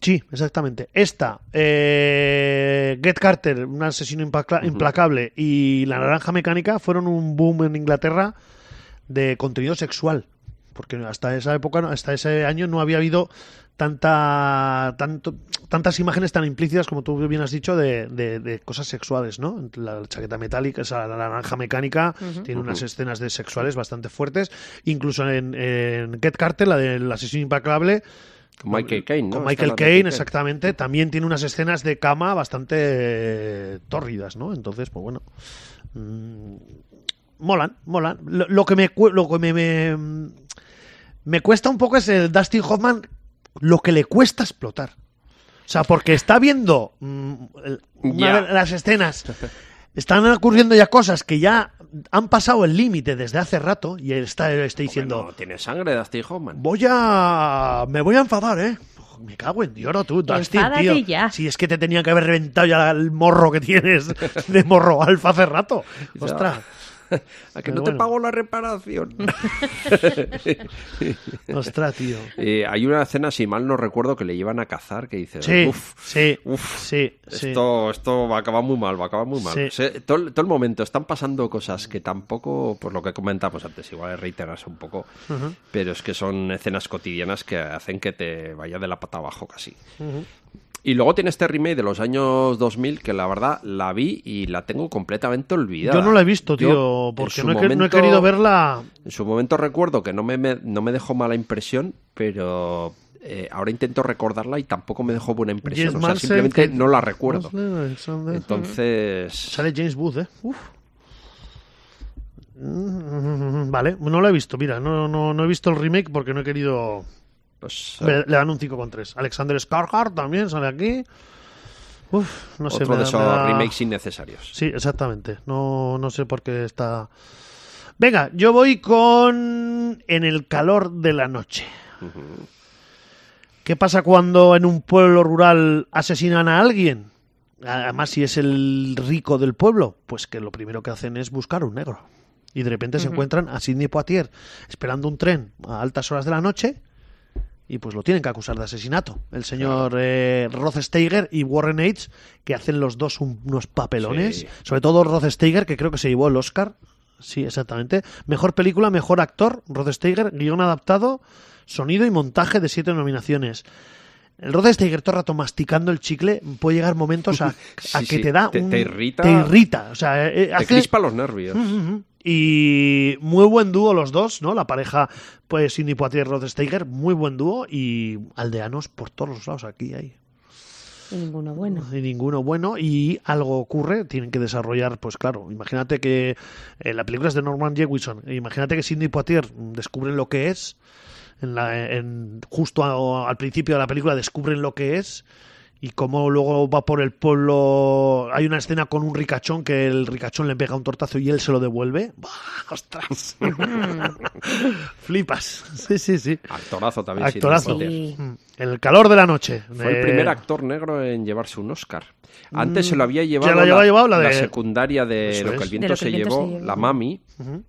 Speaker 1: Sí, exactamente. Esta, eh, Get Carter, un asesino impacla- implacable, y La Naranja Mecánica fueron un boom en Inglaterra de contenido sexual. Porque hasta esa época, no- hasta ese año, no había habido tanta, tanto, tantas imágenes tan implícitas, como tú bien has dicho, de, de- de cosas sexuales, ¿no? La chaqueta metálica, o sea, la naranja mecánica, tiene unas escenas de sexuales bastante fuertes. Incluso en, en Get Carter, la del asesino implacable,
Speaker 2: Con Michael Caine, ¿no?
Speaker 1: con
Speaker 2: Esta
Speaker 1: Michael
Speaker 2: la de
Speaker 1: Caine, exactamente. También tiene unas escenas de cama bastante eh, tórridas, ¿no? Entonces, pues bueno. mm, molan, molan. Lo, lo que, me, cu- lo que me, me, me cuesta un poco es el Dustin Hoffman, lo que le cuesta explotar. O sea, porque está viendo mm, el- una
Speaker 2: Ya.
Speaker 1: de las escenas. Están ocurriendo ya cosas que ya han pasado el límite desde hace rato y él está, está
Speaker 2: Hombre,
Speaker 1: diciendo,
Speaker 2: no, tiene sangre Dustin Hoffman.
Speaker 1: Voy a. Me voy a enfadar, ¿eh? Me cago en Dios, tú, Dustin,
Speaker 3: Enfádate
Speaker 1: tío.
Speaker 3: ya.
Speaker 1: Si es que te tenía que haber reventado ya el morro que tienes
Speaker 2: *laughs*
Speaker 1: de morro alfa hace rato.
Speaker 2: Ya.
Speaker 1: Ostras.
Speaker 2: A que
Speaker 1: Pero
Speaker 2: no
Speaker 1: bueno.
Speaker 2: te pago la reparación. *laughs*
Speaker 1: Ostras, tío.
Speaker 2: Eh, hay una escena, si mal no recuerdo, que le llevan a cazar, que dice,
Speaker 1: Sí,
Speaker 2: uff,
Speaker 1: sí,
Speaker 2: uf,
Speaker 1: sí, sí.
Speaker 2: Esto, esto va a acabar muy mal, va a acabar muy mal.
Speaker 1: Sí.
Speaker 2: O sea, todo, el- todo el momento están pasando cosas que tampoco, por lo que comentamos antes, igual es reiterarse un poco, pero es que son escenas cotidianas que hacen que te vaya de la pata abajo casi. Y luego tiene este remake de los años 2000 que la verdad la vi y la tengo completamente olvidada.
Speaker 1: Yo no la he visto,
Speaker 2: Yo,
Speaker 1: tío,
Speaker 2: en
Speaker 1: porque
Speaker 2: su
Speaker 1: no he, quer- no he
Speaker 2: momento-
Speaker 1: querido verla.
Speaker 2: en su momento recuerdo que no me, me- no me dejó mala impresión, pero eh, ahora intento recordarla y tampoco me dejó buena impresión.
Speaker 1: Jess
Speaker 2: o sea,
Speaker 1: Mansell,
Speaker 2: simplemente
Speaker 1: que-
Speaker 2: no la recuerdo.
Speaker 1: Alexander.
Speaker 2: Entonces,
Speaker 1: Sale James Booth, ¿eh? Uf. Mm, Vale, no la he visto, mira, no, no, no he visto el remake porque no he querido...
Speaker 2: pues,
Speaker 1: Le, le dan un 5,3. Alexander Skarsgård también sale aquí. Uf, no sé.
Speaker 2: otro
Speaker 1: me
Speaker 2: de
Speaker 1: da-
Speaker 2: esos
Speaker 1: me da-
Speaker 2: remakes innecesarios.
Speaker 1: Sí, exactamente. No, no sé por qué está... Venga, yo voy con... En el calor de la noche. ¿Qué pasa cuando en un pueblo rural asesinan a alguien? Además, si es el rico del pueblo, pues que lo primero que hacen es buscar un negro. Y de repente se encuentran a Sidney Poitier esperando un tren a altas horas de la noche y pues lo tienen que acusar de asesinato. El señor eh, Rothsteiger y Warren H, que hacen los dos un- unos papelones.
Speaker 2: Sí.
Speaker 1: Sobre todo Rothsteiger, que creo que se llevó el Oscar. Sí, exactamente. Mejor película, mejor actor, Rothsteiger, guión adaptado, sonido y montaje de siete nominaciones. El Rothsteiger todo el rato masticando el chicle puede llegar momentos a, a
Speaker 2: *laughs* Sí,
Speaker 1: que
Speaker 2: sí.
Speaker 1: te da
Speaker 2: Te-
Speaker 1: un-
Speaker 2: te irrita.
Speaker 1: te irrita. O sea, eh, eh,
Speaker 2: Te
Speaker 1: hace-
Speaker 2: crispa los nervios.
Speaker 1: Ujú. Y muy buen dúo los dos, ¿no? La pareja, pues, Sidney Poitier y Rod Steiger, muy buen dúo y aldeanos por todos los lados aquí hay.
Speaker 3: Y ninguno bueno.
Speaker 1: Y ninguno bueno y algo ocurre, tienen que desarrollar, pues claro, imagínate que eh, la película es de Norman Jewison, e imagínate que Sidney Poitier mm, descubren lo que es, en la- en- justo a- al principio de la película descubren lo que es y cómo luego va por el pueblo, hay una escena con un ricachón que el ricachón le pega un tortazo y él se lo devuelve, *laughs* ¡Bah! *laughs* ¡ostras! Flipas, sí, sí, sí.
Speaker 2: Actorazo también. Sidney
Speaker 1: Actorazo.
Speaker 2: Poitier.
Speaker 3: Sí.
Speaker 1: Mm. El calor de la noche.
Speaker 2: Fue
Speaker 1: Eh,
Speaker 2: el primer actor negro en llevarse un Oscar. Antes se lo había llevado,
Speaker 1: ya Mm. lo había llevado la de-
Speaker 2: secundaria de
Speaker 1: Eso
Speaker 2: lo que
Speaker 1: es.
Speaker 2: el viento,
Speaker 3: De Lo que
Speaker 2: se,
Speaker 3: el viento
Speaker 2: llevó,
Speaker 3: se llevó.
Speaker 2: la mami.
Speaker 1: Ujú.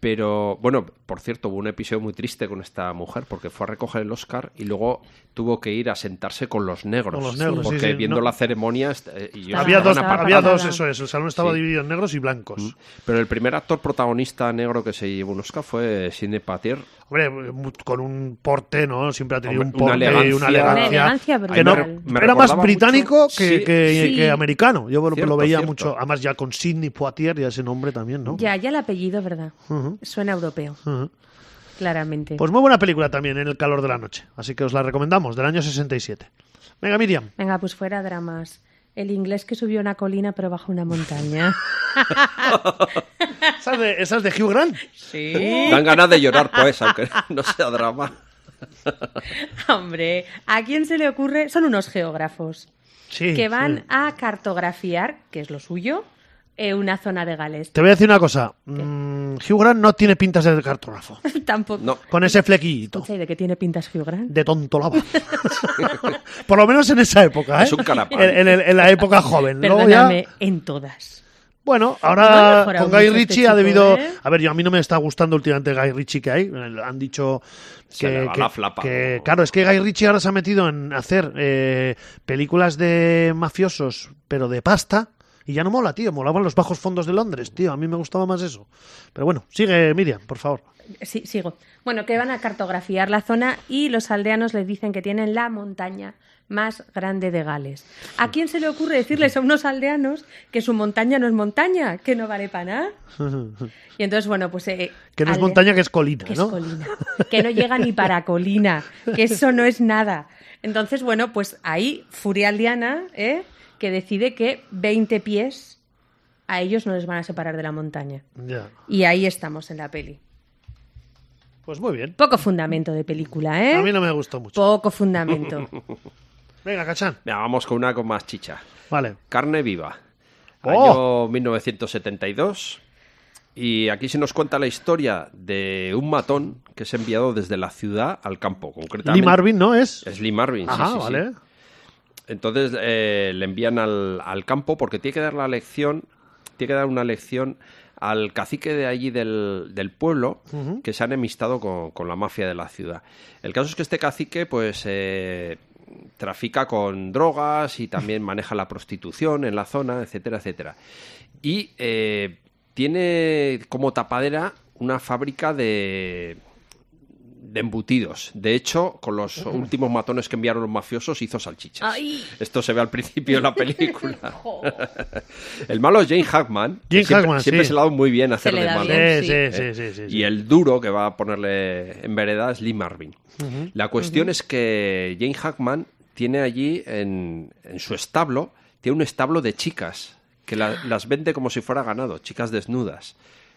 Speaker 2: Pero bueno, por cierto, hubo un episodio muy triste con esta mujer porque fue a recoger el Oscar y luego tuvo que ir a sentarse con los negros.
Speaker 1: Con los negros, sí,
Speaker 2: porque
Speaker 1: sí,
Speaker 2: viendo
Speaker 1: no.
Speaker 2: la ceremonia est- eh, y ellos
Speaker 1: Había
Speaker 2: estaban
Speaker 1: dos,
Speaker 3: Estaba
Speaker 1: había
Speaker 2: apartados.
Speaker 1: dos, eso es. El salón estaba
Speaker 2: Sí. Mm.
Speaker 1: dividido en negros y blancos.
Speaker 2: Pero el primer actor protagonista negro que se llevó un Oscar fue Sidney Poitier.
Speaker 1: Hombre, mu- con un porte, ¿no? Siempre ha tenido
Speaker 2: Hombre,
Speaker 1: un porte
Speaker 2: una
Speaker 1: y una
Speaker 2: elegancia.
Speaker 1: elegancia.
Speaker 3: Una elegancia
Speaker 1: que no-
Speaker 3: brutal.
Speaker 2: Me
Speaker 1: era más
Speaker 2: recordaba
Speaker 1: británico
Speaker 2: mucho-
Speaker 1: que,
Speaker 2: Sí,
Speaker 1: que-
Speaker 3: sí.
Speaker 1: que americano. Yo lo- lo
Speaker 2: Cierto,
Speaker 1: veía
Speaker 2: cierto.
Speaker 1: mucho. Además, ya con Sidney Poitier y ese nombre también, ¿no?
Speaker 3: Ya, ya el apellido, ¿verdad?
Speaker 1: Ujú,
Speaker 3: Suena europeo,
Speaker 1: ujú.
Speaker 3: claramente.
Speaker 1: Pues muy buena película también, En el calor de la noche. Así que os la recomendamos, del año 67. Venga, Miriam.
Speaker 3: Venga, pues fuera dramas. El inglés que subió una colina pero bajo una
Speaker 1: *laughs*
Speaker 3: montaña.
Speaker 1: Esa es de, esa es de Hugh Grant.
Speaker 3: Sí.
Speaker 2: Dan ganas de llorar, pues, aunque *laughs* no sea drama.
Speaker 3: *laughs* Hombre, ¿a quién se le ocurre? Son unos geógrafos
Speaker 1: Sí.
Speaker 3: que van
Speaker 1: sí.
Speaker 3: a cartografiar, que es lo suyo, eh, una zona de Gales.
Speaker 1: Te voy a decir una cosa. Mm, Hugh Grant no tiene pintas de cartógrafo.
Speaker 3: *laughs* Tampoco.
Speaker 2: No,
Speaker 1: Con ese flequillito.
Speaker 3: Escucha, ¿y de qué tiene pintas Hugh Grant?
Speaker 1: de tontolaba. *laughs* Por lo menos en esa época, ¿eh?
Speaker 2: Es un carapán.
Speaker 1: En, en el- en la época joven. Luego
Speaker 3: Perdóname,
Speaker 1: ya-
Speaker 3: en todas.
Speaker 1: bueno,
Speaker 3: No ha
Speaker 1: ahora
Speaker 3: mejorado
Speaker 1: con Guy
Speaker 3: mucho
Speaker 1: Ritchie
Speaker 3: este
Speaker 1: ha
Speaker 3: chico,
Speaker 1: debido...
Speaker 3: ¿eh?
Speaker 1: A ver, yo a mí no me está gustando últimamente Guy Ritchie que hay. Han dicho
Speaker 2: Se le
Speaker 1: que...
Speaker 2: va
Speaker 1: que-
Speaker 2: la flapa.
Speaker 1: que- claro, es que Guy Ritchie ahora se ha metido en hacer eh, películas de mafiosos, pero de pasta. Y ya no mola, tío. Molaban los bajos fondos de Londres, tío. A mí me gustaba más eso. Pero bueno, sigue Miriam, por favor.
Speaker 3: Sí, sigo. Bueno, que van a cartografiar la zona y los aldeanos les dicen que tienen la montaña más grande de Gales. ¿A quién se le ocurre decirles a unos aldeanos que su montaña no es montaña, que no vale para
Speaker 1: *laughs*
Speaker 3: nada? Y entonces, bueno, pues... eh,
Speaker 1: Que no es
Speaker 3: aldea-
Speaker 1: montaña, que es colina,
Speaker 3: que es
Speaker 1: ¿no?
Speaker 3: colina, que no llega ni para colina, que eso no es nada. Entonces, bueno, pues ahí Furia Aldeana, ¿eh? que decide que 20 pies a ellos no les van a separar de la montaña.
Speaker 1: Ya.
Speaker 3: Y ahí estamos en la peli.
Speaker 1: Pues muy bien.
Speaker 3: Poco fundamento de película, ¿eh?
Speaker 1: A mí no me gustó mucho. *laughs*
Speaker 3: Poco fundamento.
Speaker 1: Venga, Cachán.
Speaker 2: Venga, vamos con una con más chicha.
Speaker 1: Vale.
Speaker 2: Carne viva.
Speaker 1: ¡Oh!
Speaker 2: Año 1972. Y aquí se nos cuenta la historia de un matón que es enviado desde la ciudad al campo, concretamente.
Speaker 1: Lee Marvin, ¿no es?
Speaker 2: Es Lee Marvin, sí,
Speaker 1: Ajá,
Speaker 2: sí, sí.
Speaker 1: vale.
Speaker 2: Entonces eh, le envían al, al campo porque tiene que dar la lección, tiene que dar una lección al cacique de allí del, del pueblo que se han enemistado con, con la mafia de la ciudad. El caso es que este cacique, pues. eh, trafica con drogas y también maneja la prostitución en la zona, etcétera, etcétera. Y eh, tiene como tapadera una fábrica de, de embutidos. De hecho, con los últimos matones que enviaron los mafiosos hizo salchichas.
Speaker 3: ¡Ay!
Speaker 2: Esto se ve al principio de la
Speaker 3: *laughs*
Speaker 2: película. El malo es Jane Hackman. que
Speaker 1: Jane
Speaker 2: siempre,
Speaker 1: Hackman,
Speaker 2: siempre
Speaker 1: sí.
Speaker 2: se le ha dado muy bien hacer
Speaker 3: le
Speaker 2: de
Speaker 3: da
Speaker 2: malo.
Speaker 3: bien.
Speaker 1: Sí, sí, sí,
Speaker 3: Sí.
Speaker 1: sí, sí, sí.
Speaker 2: Eh, Y el duro que va a ponerle en vereda es Lee Marvin. La cuestión es que Jane Hackman tiene allí en, en su establo, tiene un establo de chicas que la- las vende como si fuera ganado, chicas desnudas.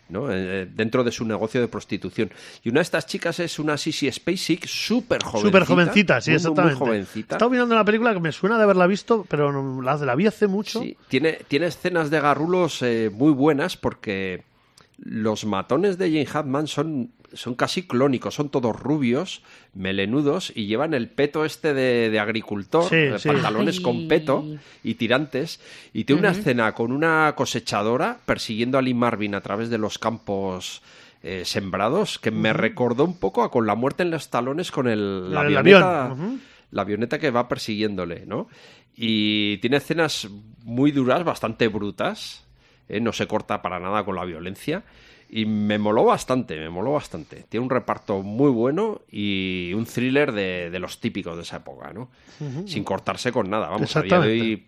Speaker 2: ¿no? Eh, dentro de su negocio de prostitución. Y una de estas chicas es una Sissy Spacek, súper jovencita.
Speaker 1: Súper jovencita, sí,
Speaker 2: muy, muy, muy
Speaker 1: exactamente.
Speaker 2: jovencita.
Speaker 1: Estaba mirando una película que me suena de haberla visto, pero no- la, la vi hace mucho.
Speaker 2: Sí, tiene, tiene escenas de garrulos eh, muy buenas porque los matones de Jane Hackman son, son casi clónicos, son todos rubios, melenudos y llevan el peto este de, de agricultor,
Speaker 1: Sí,
Speaker 2: eh,
Speaker 1: sí.
Speaker 2: pantalones con
Speaker 3: Ay.
Speaker 2: peto y tirantes. Y tiene una escena con una cosechadora persiguiendo a Lee Marvin a través de los campos. eh, sembrados, que me recordó un poco a con la muerte en los talones con el, la
Speaker 1: El
Speaker 2: avioneta,
Speaker 1: avión, ujú.
Speaker 2: la avioneta que va persiguiéndole, ¿no? Y tiene escenas muy duras, bastante brutas, ¿eh? no se corta para nada con la violencia. Y me moló bastante, me moló bastante. Tiene un reparto muy bueno y un thriller de, de los típicos de esa época, ¿no? Sin cortarse con nada, vamos, a día de hoy,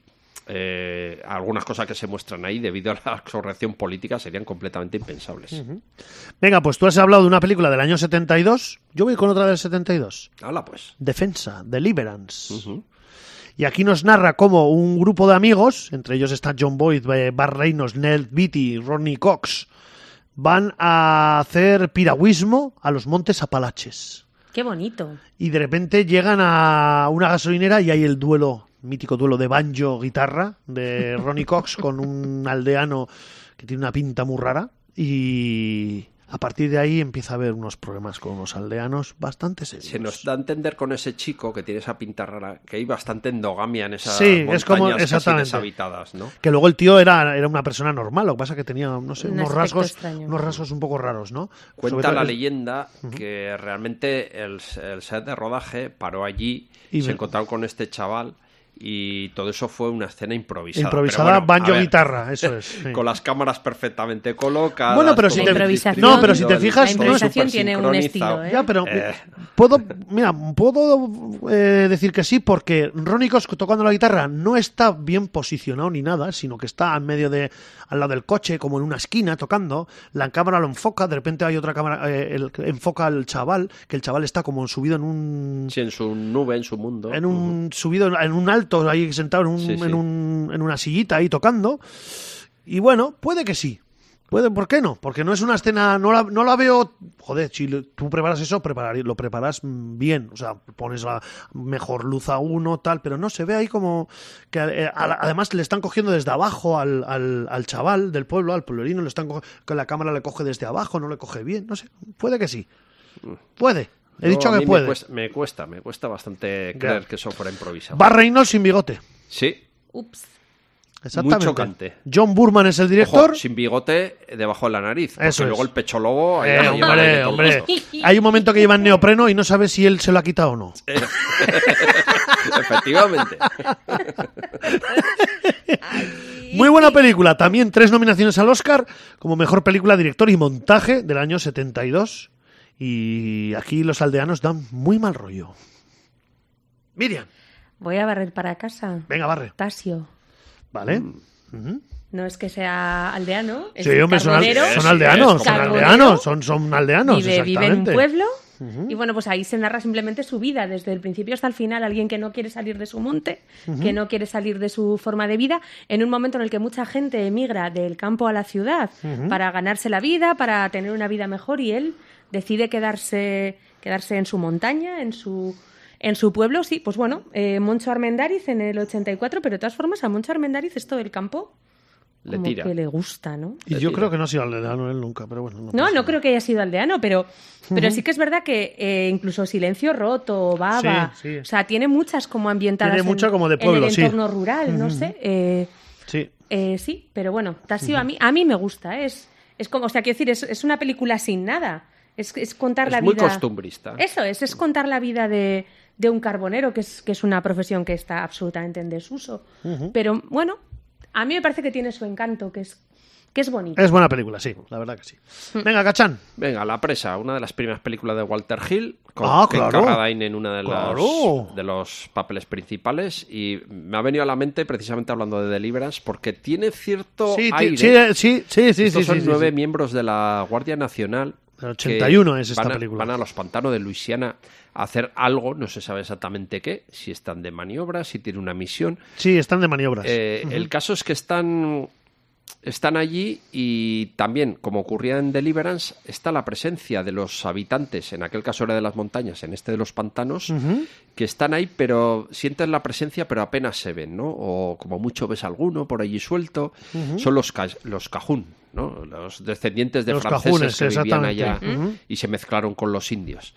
Speaker 2: eh, algunas cosas que se muestran ahí debido a la *laughs* corrección política serían completamente impensables.
Speaker 1: Venga, pues tú has hablado de una película del año 72. Yo voy con otra del 72.
Speaker 2: Hala, pues.
Speaker 1: Defensa, Deliverance.
Speaker 2: Ujú.
Speaker 1: Y aquí nos narra cómo un grupo de amigos, entre ellos está John Boyd, eh, Bar Reynolds, Nell Beatty, Ronnie Cox, van a hacer piragüismo a los montes Apalaches.
Speaker 3: Qué bonito.
Speaker 1: Y de repente llegan a una gasolinera y hay el duelo, mítico duelo de banjo-guitarra
Speaker 3: *laughs*
Speaker 1: de Ronnie Cox con un aldeano que tiene una pinta muy rara. Y a partir de ahí empieza a haber unos problemas con unos aldeanos bastante serios.
Speaker 2: Se nos da a entender con ese chico que tiene esa pinta rara que hay bastante endogamia en esas
Speaker 1: Sí,
Speaker 2: montañas
Speaker 1: es como-
Speaker 2: casi
Speaker 1: exactamente.
Speaker 2: deshabitadas, ¿no?
Speaker 1: Que luego el tío era, era una persona normal, lo que pasa que tenía, no sé,
Speaker 3: Un
Speaker 1: unos
Speaker 3: aspecto
Speaker 1: rasgos,
Speaker 3: extraño.
Speaker 1: unos rasgos un poco raros, ¿no? Sobre
Speaker 2: Cuenta
Speaker 1: todo
Speaker 2: la
Speaker 1: es-
Speaker 2: leyenda que realmente el, el set de rodaje paró allí
Speaker 1: Y
Speaker 2: y se
Speaker 1: ve-
Speaker 2: encontraron con este chaval y todo eso fue una escena improvisada.
Speaker 1: Improvisada,
Speaker 2: Pero bueno,
Speaker 1: banjo,
Speaker 2: a ver,
Speaker 1: guitarra, eso
Speaker 2: *laughs*
Speaker 1: es, sí.
Speaker 2: Con las cámaras perfectamente colocadas.
Speaker 1: Bueno, pero si
Speaker 2: todo
Speaker 1: te-
Speaker 2: bien
Speaker 3: Improvisación.
Speaker 2: distribuido,
Speaker 1: No, pero si te
Speaker 2: el-
Speaker 1: fijas,
Speaker 2: todo
Speaker 1: no es-
Speaker 2: súper
Speaker 3: Improvisación tiene un
Speaker 2: sincronizado.
Speaker 3: estilo, ¿eh?
Speaker 1: Ya, pero
Speaker 2: Eh.
Speaker 1: mi- puedo, mira, puedo eh, decir que sí, porque Ronnie Cox tocando la guitarra no está bien posicionado ni nada, sino que está en medio de, al lado del coche, como en una esquina tocando. La cámara lo enfoca, de repente hay otra cámara, eh, el- enfoca al chaval, que el chaval está como subido en un
Speaker 2: Sí, en su nube, en su mundo.
Speaker 1: en un subido en un alto ahí sentado en, un-
Speaker 2: Sí, sí.
Speaker 1: en un- en una sillita ahí tocando y bueno puede que sí puede por qué no porque no es una escena no la, no la veo joder si lo- tú preparas eso preparar, lo preparas mm, bien o sea pones la mejor luz a uno tal pero no se ve ahí como que eh, a la- además le están cogiendo desde abajo al, al- al chaval del pueblo al pueblerino le están co- que la cámara le coge desde abajo no le coge bien no sé puede que sí puede he
Speaker 2: Mm. Yo,
Speaker 1: dicho
Speaker 2: a
Speaker 1: que
Speaker 2: mí
Speaker 1: puede
Speaker 2: Me cuesta, me cuesta, me cuesta bastante creer que eso fuera improvisado.
Speaker 1: va Reynolds sin bigote
Speaker 2: Sí.
Speaker 3: Ups.
Speaker 1: Exactamente.
Speaker 2: Muy chocante.
Speaker 1: John Burman es el director.
Speaker 2: Ojo, sin bigote eh, debajo de la nariz. Porque
Speaker 1: Eso es.
Speaker 2: luego el pecho lobo. ahí
Speaker 1: Eh,
Speaker 2: la lleva ahí
Speaker 1: hombre,
Speaker 2: todo
Speaker 1: hombre.
Speaker 3: *laughs*
Speaker 2: puesto.
Speaker 1: Hay un momento que llevan neopreno y no sabe si él se lo ha quitado o no.
Speaker 2: *laughs* Efectivamente.
Speaker 1: Muy buena película. También tres nominaciones al Oscar como mejor película, director y montaje del año 72. Y aquí los aldeanos dan muy mal rollo. Miriam,
Speaker 3: Voy a barrer para casa.
Speaker 1: venga, barre.
Speaker 3: Tasio.
Speaker 1: ¿Vale?
Speaker 2: Mm.
Speaker 3: No es que sea aldeano. Es
Speaker 1: Sí, hombre, son, al-
Speaker 3: carbonero.
Speaker 1: son
Speaker 2: Sí,
Speaker 1: aldeanos,
Speaker 2: es
Speaker 1: son
Speaker 3: carbonero.
Speaker 1: aldeanos, son, son
Speaker 2: Ah,
Speaker 1: aldeanos,
Speaker 3: vive, vive en un
Speaker 1: exactamente.
Speaker 3: pueblo y bueno, pues ahí se narra simplemente su vida, desde el principio hasta el final, alguien que no quiere salir de su monte, que no quiere salir de su forma de vida, en un momento en el que mucha gente emigra del campo a la ciudad para ganarse la vida, para tener una vida mejor y él decide quedarse, quedarse en su montaña, en su... En su pueblo, sí, pues bueno, eh, Moncho Armendáriz en el 84, pero de todas formas a Moncho Armendáriz esto del campo
Speaker 2: Le
Speaker 3: como
Speaker 2: tira.
Speaker 3: que le gusta, ¿no?
Speaker 1: Y yo creo que no ha sido aldeano él nunca, pero bueno.
Speaker 3: No,
Speaker 1: pasa
Speaker 3: no
Speaker 1: nada.
Speaker 3: creo que haya sido aldeano, pero, pero sí que es verdad que eh, incluso Silencio Roto, Baba,
Speaker 1: Sí, sí.
Speaker 3: o sea, tiene muchas como ambientadas
Speaker 1: Tiene
Speaker 3: en-
Speaker 1: mucho como de
Speaker 3: en
Speaker 1: pueblo,
Speaker 3: el
Speaker 1: sí.
Speaker 3: entorno rural, no sé. eh,
Speaker 1: Sí.
Speaker 3: eh, sí, pero bueno, Tasio a mí, a mí me gusta, ¿eh? es, es como, o sea, quiero decir, es, es una película sin nada, es, es contar
Speaker 2: Es
Speaker 3: la
Speaker 2: muy
Speaker 3: vida...
Speaker 2: costumbrista.
Speaker 3: Eso es, es contar la vida de, de un carbonero, que es, que es una profesión que está absolutamente en desuso. Pero bueno, a mí me parece que tiene su encanto, que es, que es bonito.
Speaker 1: Es buena película, sí, la verdad que sí. Venga, Cachán.
Speaker 2: Venga, La Presa, una de las primeras películas de Walter Hill, con
Speaker 1: Ah,
Speaker 2: Ken
Speaker 1: claro.
Speaker 2: Carradine en uno de los,
Speaker 1: Claro.
Speaker 2: de los papeles principales. Y me ha venido a la mente, precisamente hablando de Deliverance, porque tiene cierto
Speaker 1: Sí, ti-
Speaker 2: Oh, aire.
Speaker 1: sí, eh, sí, sí, sí,
Speaker 2: Estos
Speaker 1: sí,
Speaker 2: son
Speaker 1: sí, sí,
Speaker 2: nueve
Speaker 1: sí.
Speaker 2: miembros de la Guardia Nacional.
Speaker 1: Del
Speaker 2: que
Speaker 1: 81 es esta
Speaker 2: van a-
Speaker 1: película.
Speaker 2: Van a los pantanos de Luisiana a hacer algo, no se sabe exactamente qué, si están de maniobra, si tienen una misión.
Speaker 1: Sí, están de maniobras.
Speaker 2: Eh, El caso es que están, están allí y también, como ocurría en Deliverance, está la presencia de los habitantes, en aquel caso era de las montañas, en este de los pantanos, que están ahí, pero sienten la presencia, pero apenas se ven, ¿no? O como mucho ves alguno por allí suelto. Son los, ca- los cajún, ¿no? Los descendientes de
Speaker 1: Los
Speaker 2: franceses
Speaker 1: cajunes,
Speaker 2: que vivían
Speaker 1: exactamente.
Speaker 2: allá
Speaker 1: Ujú.
Speaker 2: y se mezclaron con los indios.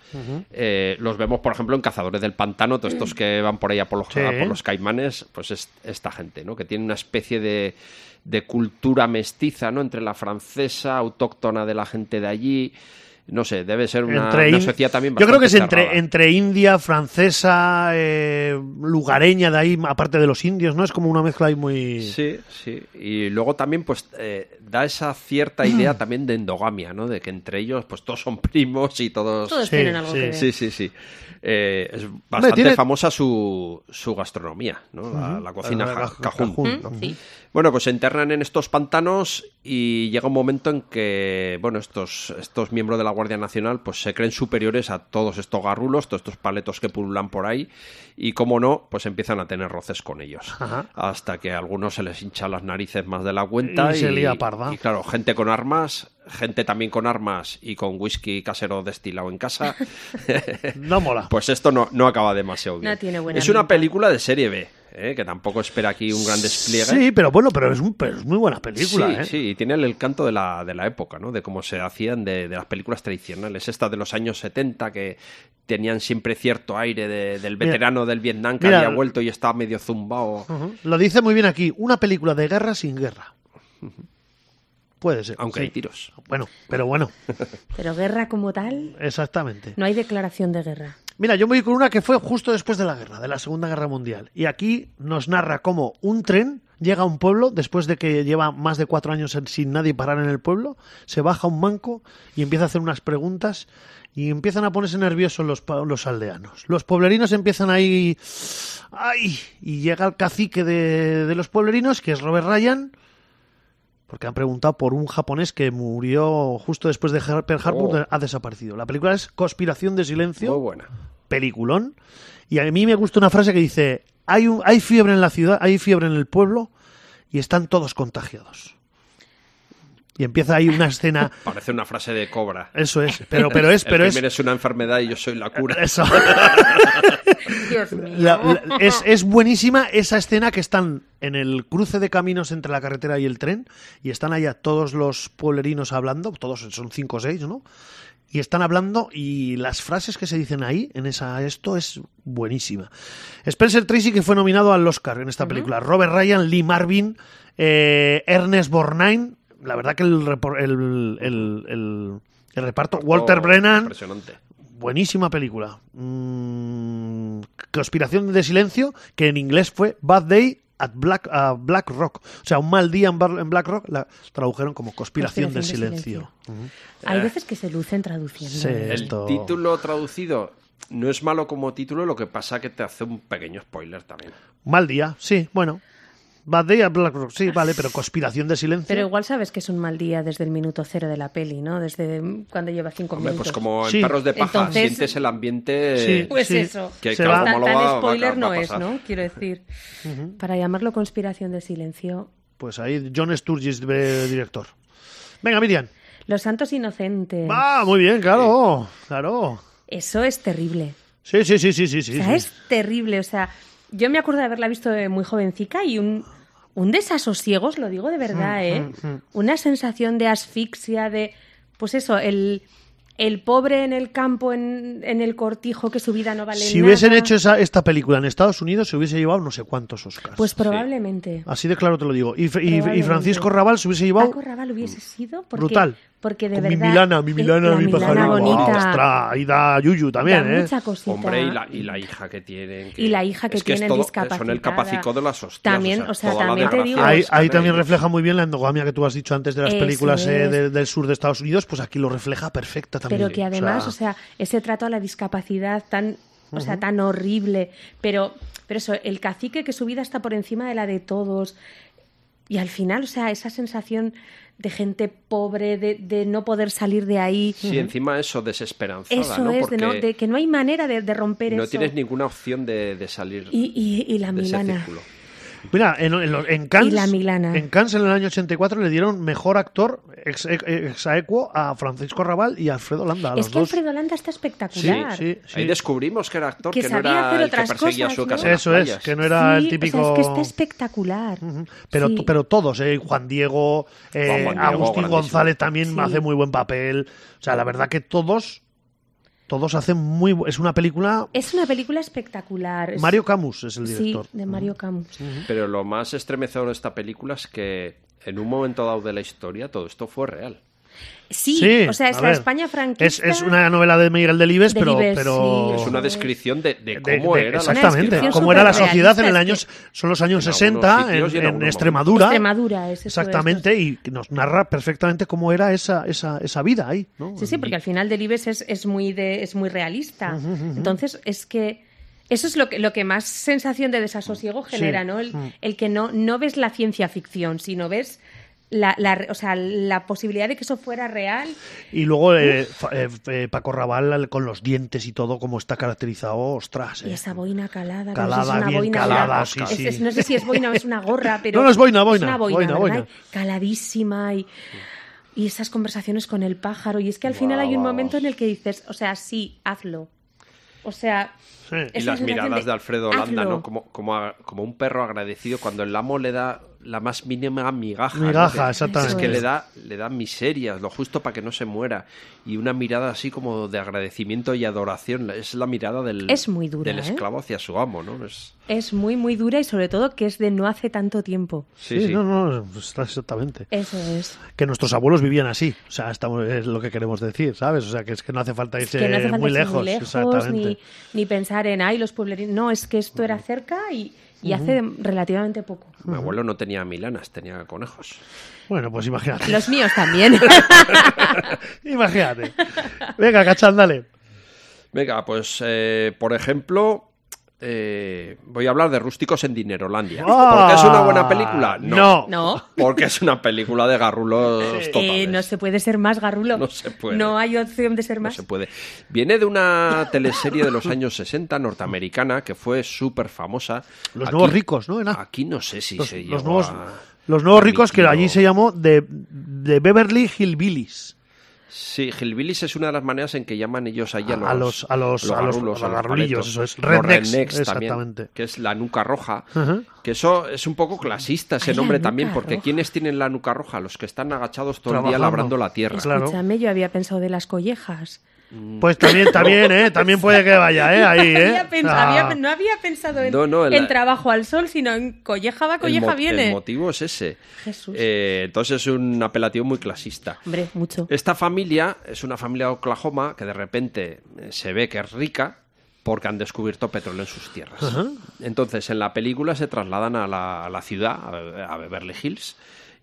Speaker 2: Eh, los vemos, por ejemplo, en Cazadores del Pantano, todos estos que van por ahí a por los,
Speaker 1: Sí.
Speaker 2: a por los caimanes, pues es esta gente, ¿no? Que tiene una especie de, de cultura mestiza, ¿no? Entre la francesa, autóctona de la gente de allí. No sé, debe ser una,
Speaker 1: Entre
Speaker 2: una
Speaker 1: in-
Speaker 2: sociedad también
Speaker 1: Yo creo que es
Speaker 2: bastante
Speaker 1: entre,
Speaker 2: cerrada.
Speaker 1: entre India, francesa, eh, lugareña de ahí, aparte de los indios, ¿no? Es como una mezcla ahí muy...
Speaker 2: Sí, sí. Y luego también, pues, eh, da esa cierta idea también de endogamia, ¿no? De que entre ellos, pues, todos son primos y todos...
Speaker 3: Todos
Speaker 1: Sí,
Speaker 3: tienen algo
Speaker 1: sí,
Speaker 3: que ver.
Speaker 2: Sí, sí, sí. Eh, es bastante
Speaker 1: tiene-
Speaker 2: famosa su, su gastronomía, ¿no? La, la cocina
Speaker 1: La- la-
Speaker 2: ja- cajún.
Speaker 1: cajún, ¿no?
Speaker 2: ¿no?
Speaker 3: ¿Mm? Sí.
Speaker 2: Bueno, pues se internan en estos pantanos y llega un momento en que, bueno, estos, estos miembros de la Guardia Nacional, pues se creen superiores a todos estos garrulos, todos estos paletos que pululan por ahí, y como no, pues empiezan a tener roces con ellos.
Speaker 1: Ajá.
Speaker 2: Hasta que a algunos se les hincha las narices más de la cuenta.
Speaker 1: Y se lía parda.
Speaker 2: y claro, gente con armas, gente también con armas y con whisky casero destilado
Speaker 1: *laughs*
Speaker 2: en casa.
Speaker 1: No mola.
Speaker 2: Pues esto no, no acaba demasiado bien.
Speaker 3: No tiene buena
Speaker 2: es una
Speaker 3: pinta.
Speaker 2: película de serie B, ¿eh? que tampoco espera aquí un gran despliegue.
Speaker 1: Sí, pero bueno, pero es, un- pero es muy buena película,
Speaker 2: Pues, ¿eh? sí,
Speaker 1: ¿eh?
Speaker 2: sí, y tiene el, el canto de la, de la época, ¿no? De cómo se hacían de, de las películas tradicionales, estas de los años 70 que tenían siempre cierto aire de- del
Speaker 1: Mira,
Speaker 2: veterano del Vietnam que
Speaker 1: mira,
Speaker 2: había vuelto y estaba medio zumbao.
Speaker 1: Ujú. Lo dice muy bien aquí, una película de guerra sin guerra. Puede ser.
Speaker 2: Aunque
Speaker 1: sí.
Speaker 2: hay tiros.
Speaker 1: Bueno, pero bueno,
Speaker 3: Pero guerra como tal, *laughs*
Speaker 1: exactamente.
Speaker 3: no hay declaración de guerra.
Speaker 1: Mira, yo me voy con una que fue justo después de la guerra, de la Segunda Guerra Mundial. Y aquí nos narra cómo un tren llega a un pueblo después de que lleva más de cuatro años en- sin nadie parar en el pueblo, se baja un manco y empieza a hacer unas preguntas y empiezan a ponerse nerviosos los, pa- los aldeanos. Los pueblerinos empiezan ahí... ¡Ay! Y llega el cacique de, de los pueblerinos, que es Robert Ryan, porque han preguntado por un japonés que murió justo después de Harper Harbour,
Speaker 2: Oh.
Speaker 1: ha desaparecido. La película es Conspiración de Silencio
Speaker 2: Muy buena.
Speaker 1: peliculón. Y a mí me gusta una frase que dice, hay, un- hay fiebre en la ciudad, hay fiebre en el pueblo y están todos contagiados. Y empieza ahí una escena,
Speaker 2: Parece una frase de cobra.
Speaker 1: eso es, pero, pero es,
Speaker 2: El
Speaker 1: pero es...
Speaker 2: crimen es una enfermedad y yo soy la cura.
Speaker 1: Eso.
Speaker 3: Dios mío.
Speaker 1: La- la- es, es buenísima esa escena que están en el cruce de caminos entre la carretera y el tren y están allá todos los pueblerinos hablando, todos son cinco o seis, ¿no? Y están hablando y las frases que se dicen ahí, en esa esto, es buenísima. Spencer Tracy, que fue nominado al Oscar en esta película. Robert Ryan, Lee Marvin, eh, Ernest Borgnine. La verdad que el, repor- el- el- el- el reparto, Walter
Speaker 2: Oh,
Speaker 1: Brennan,
Speaker 2: Impresionante.
Speaker 1: Buenísima película. Mm, conspiración de silencio, que en inglés fue Bad Day at Black, a Black Rock. O sea, un mal día en, Bar- en Black Rock la tradujeron como conspiración,
Speaker 3: Conspiración
Speaker 1: de
Speaker 3: de
Speaker 1: silencio.
Speaker 3: Hay veces que se lucen traduciendo.
Speaker 1: Sí.
Speaker 3: ¿eh?
Speaker 1: Esto-
Speaker 2: El título traducido no es malo como título, lo que pasa que te hace un pequeño spoiler también.
Speaker 1: Mal día, sí, bueno. Bad Day at Black Rock, sí, vale, pero conspiración de silencio.
Speaker 3: Ah. Pero igual sabes que es un mal día desde el minuto cero de la peli, ¿no? Desde mm, cuando lleva cinco
Speaker 2: Hombre,
Speaker 3: minutos.
Speaker 2: pues como en
Speaker 1: Sí.
Speaker 2: Perros de Paja,
Speaker 3: Entonces-
Speaker 2: sientes el ambiente...
Speaker 1: Sí.
Speaker 3: Pues eso.
Speaker 2: Eh, Que-
Speaker 1: Se
Speaker 2: que
Speaker 1: va.
Speaker 2: algo
Speaker 3: Tan,
Speaker 2: malo
Speaker 3: tan
Speaker 2: va- va-
Speaker 3: spoiler
Speaker 2: va a
Speaker 3: no es,
Speaker 2: pasar.
Speaker 3: ¿no? Quiero decir. Para llamarlo conspiración de silencio.
Speaker 1: Pues ahí John Sturgis, eh, director. Venga, Miriam.
Speaker 3: Los santos inocentes.
Speaker 1: Va, muy bien, claro, claro.
Speaker 3: Eso es terrible.
Speaker 1: Sí, sí, sí, sí, sí.
Speaker 3: O
Speaker 1: sí,
Speaker 3: sea,
Speaker 1: sí.
Speaker 3: es terrible. O sea, yo me acuerdo de haberla visto de muy jovencica y un, un desasosiego, os lo digo de
Speaker 1: Mm,
Speaker 3: verdad, ¿eh? Una sensación de asfixia, de. Pues eso, el, el pobre en el campo, en, en el cortijo, que su vida no vale
Speaker 1: Si hubiesen
Speaker 3: nada.
Speaker 1: hecho esa- esta película en Estados Unidos, se hubiese llevado no sé cuántos Oscars.
Speaker 3: Pues probablemente.
Speaker 1: Así de claro te lo digo. Y, Fr- y- y
Speaker 3: Probablemente.
Speaker 1: Francisco Rabal se hubiese llevado.
Speaker 3: Paco Raval hubiese sido porque,
Speaker 1: Brutal.
Speaker 3: Porque Ah, de
Speaker 1: con mi
Speaker 3: verdad.
Speaker 1: Milana, mi
Speaker 3: eh,
Speaker 1: Milana,
Speaker 3: la
Speaker 1: mi
Speaker 3: Milana
Speaker 1: pajarito.
Speaker 3: bonita.
Speaker 1: Ah, ostras, ahí da Yuyu también,
Speaker 3: da
Speaker 1: ¿eh?
Speaker 3: mucha cosita.
Speaker 2: Hombre, y la, y la hija que tienen. que-
Speaker 3: Y la hija que
Speaker 2: es que es
Speaker 3: tienen
Speaker 2: todo-
Speaker 3: discapacitada.
Speaker 2: Son el capacicó de las hostias.
Speaker 3: También, o sea,
Speaker 2: toda la
Speaker 3: también te
Speaker 2: desgracia
Speaker 3: digo-
Speaker 2: que
Speaker 1: Ahí,
Speaker 2: están
Speaker 1: ahí también
Speaker 2: ellos.
Speaker 1: refleja muy bien la endogamia que tú has dicho antes de las
Speaker 3: Eso
Speaker 1: películas eh,
Speaker 3: es.
Speaker 1: de- del sur de Estados Unidos, pues aquí lo refleja perfecta también.
Speaker 3: Pero que además, o sea, ese trato a la discapacidad tan, o sea, tan horrible. Pero, pero eso, el cacique que su vida está por encima de la de todos. Y al final, o sea, esa sensación de gente pobre, de, de no poder salir de ahí.
Speaker 2: Sí, encima eso, desesperanzada,
Speaker 3: eso
Speaker 2: ¿no?
Speaker 3: es, de,
Speaker 2: Porque
Speaker 3: no- de que no hay manera de, de romper
Speaker 2: no
Speaker 3: eso.
Speaker 2: tienes ninguna opción de, de salir
Speaker 3: y, y- y la
Speaker 2: de ese
Speaker 3: Milana.
Speaker 2: círculo.
Speaker 1: Mira, en, en lo- en Cannes,
Speaker 3: Y la Milana.
Speaker 1: en Cannes en el año 84 le dieron mejor actor ex, ex- exaequo a Francisco Rabal y a Alfredo Landa. a los
Speaker 3: Es que
Speaker 1: dos.
Speaker 3: Alfredo Landa está
Speaker 2: Sí,
Speaker 3: espectacular.
Speaker 1: sí, sí.
Speaker 2: Ahí descubrimos que era actor,
Speaker 3: Que
Speaker 2: que, no
Speaker 3: sabía
Speaker 2: era
Speaker 3: hacer
Speaker 2: el que
Speaker 3: otras
Speaker 2: perseguía
Speaker 3: cosas,
Speaker 2: su
Speaker 3: ¿no?
Speaker 2: casa. en las
Speaker 1: Eso es,
Speaker 2: playas.
Speaker 1: que no era el
Speaker 3: Sí, o sea,
Speaker 1: típico.
Speaker 3: es que está espectacular.
Speaker 1: Pero,
Speaker 3: Sí.
Speaker 1: to- pero todos, ¿eh? Juan Diego, eh,
Speaker 2: Juan Diego,
Speaker 1: Agustín
Speaker 2: grandísimo.
Speaker 1: González también
Speaker 3: Sí.
Speaker 1: hace muy buen papel. O sea, la verdad que todos, todos hacen muy... bu- Es una película...
Speaker 3: Es una película espectacular. Es-
Speaker 1: Mario Camus es el
Speaker 3: Sí,
Speaker 1: director. Mm.
Speaker 3: de Mario Camus.
Speaker 2: Pero lo más estremecedor de esta película es que en un momento dado de la historia todo esto fue real.
Speaker 3: Sí, o sea, es
Speaker 1: a
Speaker 3: la
Speaker 1: ver.
Speaker 3: España franquista.
Speaker 1: Es, es una novela de Miguel Delibes,
Speaker 3: De
Speaker 1: pero...
Speaker 3: Libes,
Speaker 1: pero...
Speaker 3: sí,
Speaker 2: Es una descripción de, de
Speaker 1: de-
Speaker 2: cómo
Speaker 1: de-
Speaker 2: era la
Speaker 1: exactamente,
Speaker 2: sociedad.
Speaker 3: descripción
Speaker 1: cómo era la sociedad en el
Speaker 3: surrealista,
Speaker 1: año,
Speaker 3: es
Speaker 1: son los años
Speaker 2: en algunos
Speaker 1: 60 en,
Speaker 2: sitios y en
Speaker 1: en
Speaker 2: algunos
Speaker 1: Extremadura.
Speaker 3: Extremadura, es eso,
Speaker 1: Exactamente, y nos narra perfectamente cómo era esa, esa, esa vida ahí. ¿no?
Speaker 3: Sí, sí, porque al final Delibes es, es muy de, es muy realista. Entonces, es que eso es lo que, lo que más sensación de desasosiego genera, ¿no? El, el que no, no ves la ciencia ficción, sino ves la, la- o sea, la posibilidad de que eso fuera real.
Speaker 1: Y luego eh, fa- eh, eh, Paco Raval al- con los dientes y todo, como está caracterizado, ostras. eh.
Speaker 3: Y esa boina calada, que
Speaker 1: Calada,
Speaker 3: no sé si es una
Speaker 1: bien
Speaker 3: boina
Speaker 1: calada,
Speaker 3: ¿verdad?
Speaker 1: sí,
Speaker 3: Es-
Speaker 1: sí.
Speaker 3: es- no sé si es boina o es una
Speaker 1: *laughs*
Speaker 3: gorra, pero
Speaker 1: No, no, es boina,
Speaker 3: es
Speaker 1: boina,
Speaker 3: una boina,
Speaker 1: boina,
Speaker 3: ¿verdad?
Speaker 1: boina.
Speaker 3: Y caladísima y, y esas conversaciones con el pájaro. Y es que al final
Speaker 2: Guau,
Speaker 3: hay un
Speaker 2: vamos.
Speaker 3: momento en el que dices, o sea, sí, hazlo. O sea,
Speaker 1: Sí.
Speaker 2: Y
Speaker 3: Esa
Speaker 2: las
Speaker 3: sensación
Speaker 2: miradas de,
Speaker 3: de,
Speaker 2: Alfredo Holanda,
Speaker 3: hazlo.
Speaker 2: ¿no? Como, como, a- como un perro agradecido cuando el amo le da la más mínima migaja. ¿no?
Speaker 1: Migaja,
Speaker 2: Que-
Speaker 1: exactamente.
Speaker 2: Es que
Speaker 3: Eso
Speaker 2: le
Speaker 3: es.
Speaker 2: da, le da miserias, lo justo para que no se muera. Y una mirada así como de agradecimiento y adoración. Es la mirada del,
Speaker 3: Es muy dura,
Speaker 2: del
Speaker 3: ¿eh?
Speaker 2: esclavo hacia su amo, ¿no? Es,
Speaker 3: es muy, muy dura y sobre todo que es de no hace tanto tiempo.
Speaker 2: sí,
Speaker 1: Sí,
Speaker 2: sí.
Speaker 1: no, no, está exactamente.
Speaker 3: Eso es.
Speaker 1: Que nuestros abuelos vivían así, o sea, estamos, es lo que queremos decir, ¿sabes? O sea, que es que no hace falta
Speaker 3: Es
Speaker 1: irse
Speaker 3: que no hace falta
Speaker 1: muy
Speaker 3: irse
Speaker 1: lejos, exactamente.
Speaker 3: ni, ni pensar en, ay, los pueblerinos. No, es que esto era cerca y, y hace relativamente poco.
Speaker 2: Mi abuelo no tenía milanas, tenía conejos.
Speaker 1: Bueno, pues imagínate.
Speaker 3: Los míos también.
Speaker 1: *laughs*
Speaker 3: *laughs*
Speaker 1: Imagínate. Venga, cachán, dale.
Speaker 2: Venga, pues eh, por ejemplo, eh, voy a hablar de Rústicos en Dinerolandia. ¿Porque es una buena película?
Speaker 1: Ah. No.
Speaker 3: no.
Speaker 2: Porque es una película de garrulos totales.
Speaker 3: Eh, no se puede ser más garrulo.
Speaker 2: No se puede.
Speaker 3: No hay opción de ser
Speaker 2: No
Speaker 3: más.
Speaker 2: se puede. Viene de una teleserie de los años 60 norteamericana que fue súper famosa.
Speaker 1: Los
Speaker 2: Aquí-
Speaker 1: nuevos ricos, ¿no? Era.
Speaker 2: Aquí no sé si
Speaker 1: los,
Speaker 2: se
Speaker 1: los
Speaker 2: llegó
Speaker 1: nuevos,
Speaker 2: a-
Speaker 1: los nuevos ricos que
Speaker 2: admitir o-
Speaker 1: allí se llamó de, de Beverly Hillbillies.
Speaker 2: Sí, Gilbilis es una de las maneras en que llaman ellos allá
Speaker 1: A- a
Speaker 2: a los,
Speaker 1: los- a los- a los-
Speaker 2: garrulos,
Speaker 1: a los garrulillos,
Speaker 2: paletos.
Speaker 1: eso es.
Speaker 2: Los
Speaker 1: Rednecks,
Speaker 2: también,
Speaker 1: exactamente.
Speaker 2: que es la nuca roja.
Speaker 1: Ajá.
Speaker 2: Que eso es un poco clasista ese
Speaker 3: Ay, la
Speaker 2: nombre
Speaker 3: nuca
Speaker 2: también, porque
Speaker 3: roja.
Speaker 2: ¿quiénes tienen la nuca roja? Los que están agachados todo el día
Speaker 1: Trabajando.
Speaker 2: labrando la tierra.
Speaker 1: Claro.
Speaker 3: Escúchame, yo había pensado de las collejas.
Speaker 2: Mm.
Speaker 1: Pues también,
Speaker 2: *laughs*
Speaker 1: también, ¿eh? También puede que vaya, ¿eh? Ahí, ¿eh?
Speaker 3: *laughs* Había pens-
Speaker 1: Ah,
Speaker 3: había- no había pensado en,
Speaker 2: No, no, el-
Speaker 3: en trabajo al sol, sino en colleja va,
Speaker 2: El,
Speaker 3: colleja
Speaker 2: mo-
Speaker 3: viene.
Speaker 2: el motivo es ese.
Speaker 3: Jesús.
Speaker 2: Eh, entonces es un apelativo muy clasista.
Speaker 3: Hombre, mucho.
Speaker 2: Esta familia es una familia de Oklahoma que de repente eh, se ve que es rica porque han descubierto petróleo en sus tierras. Entonces, en la película se trasladan a la, a la ciudad, a, a Beverly Hills,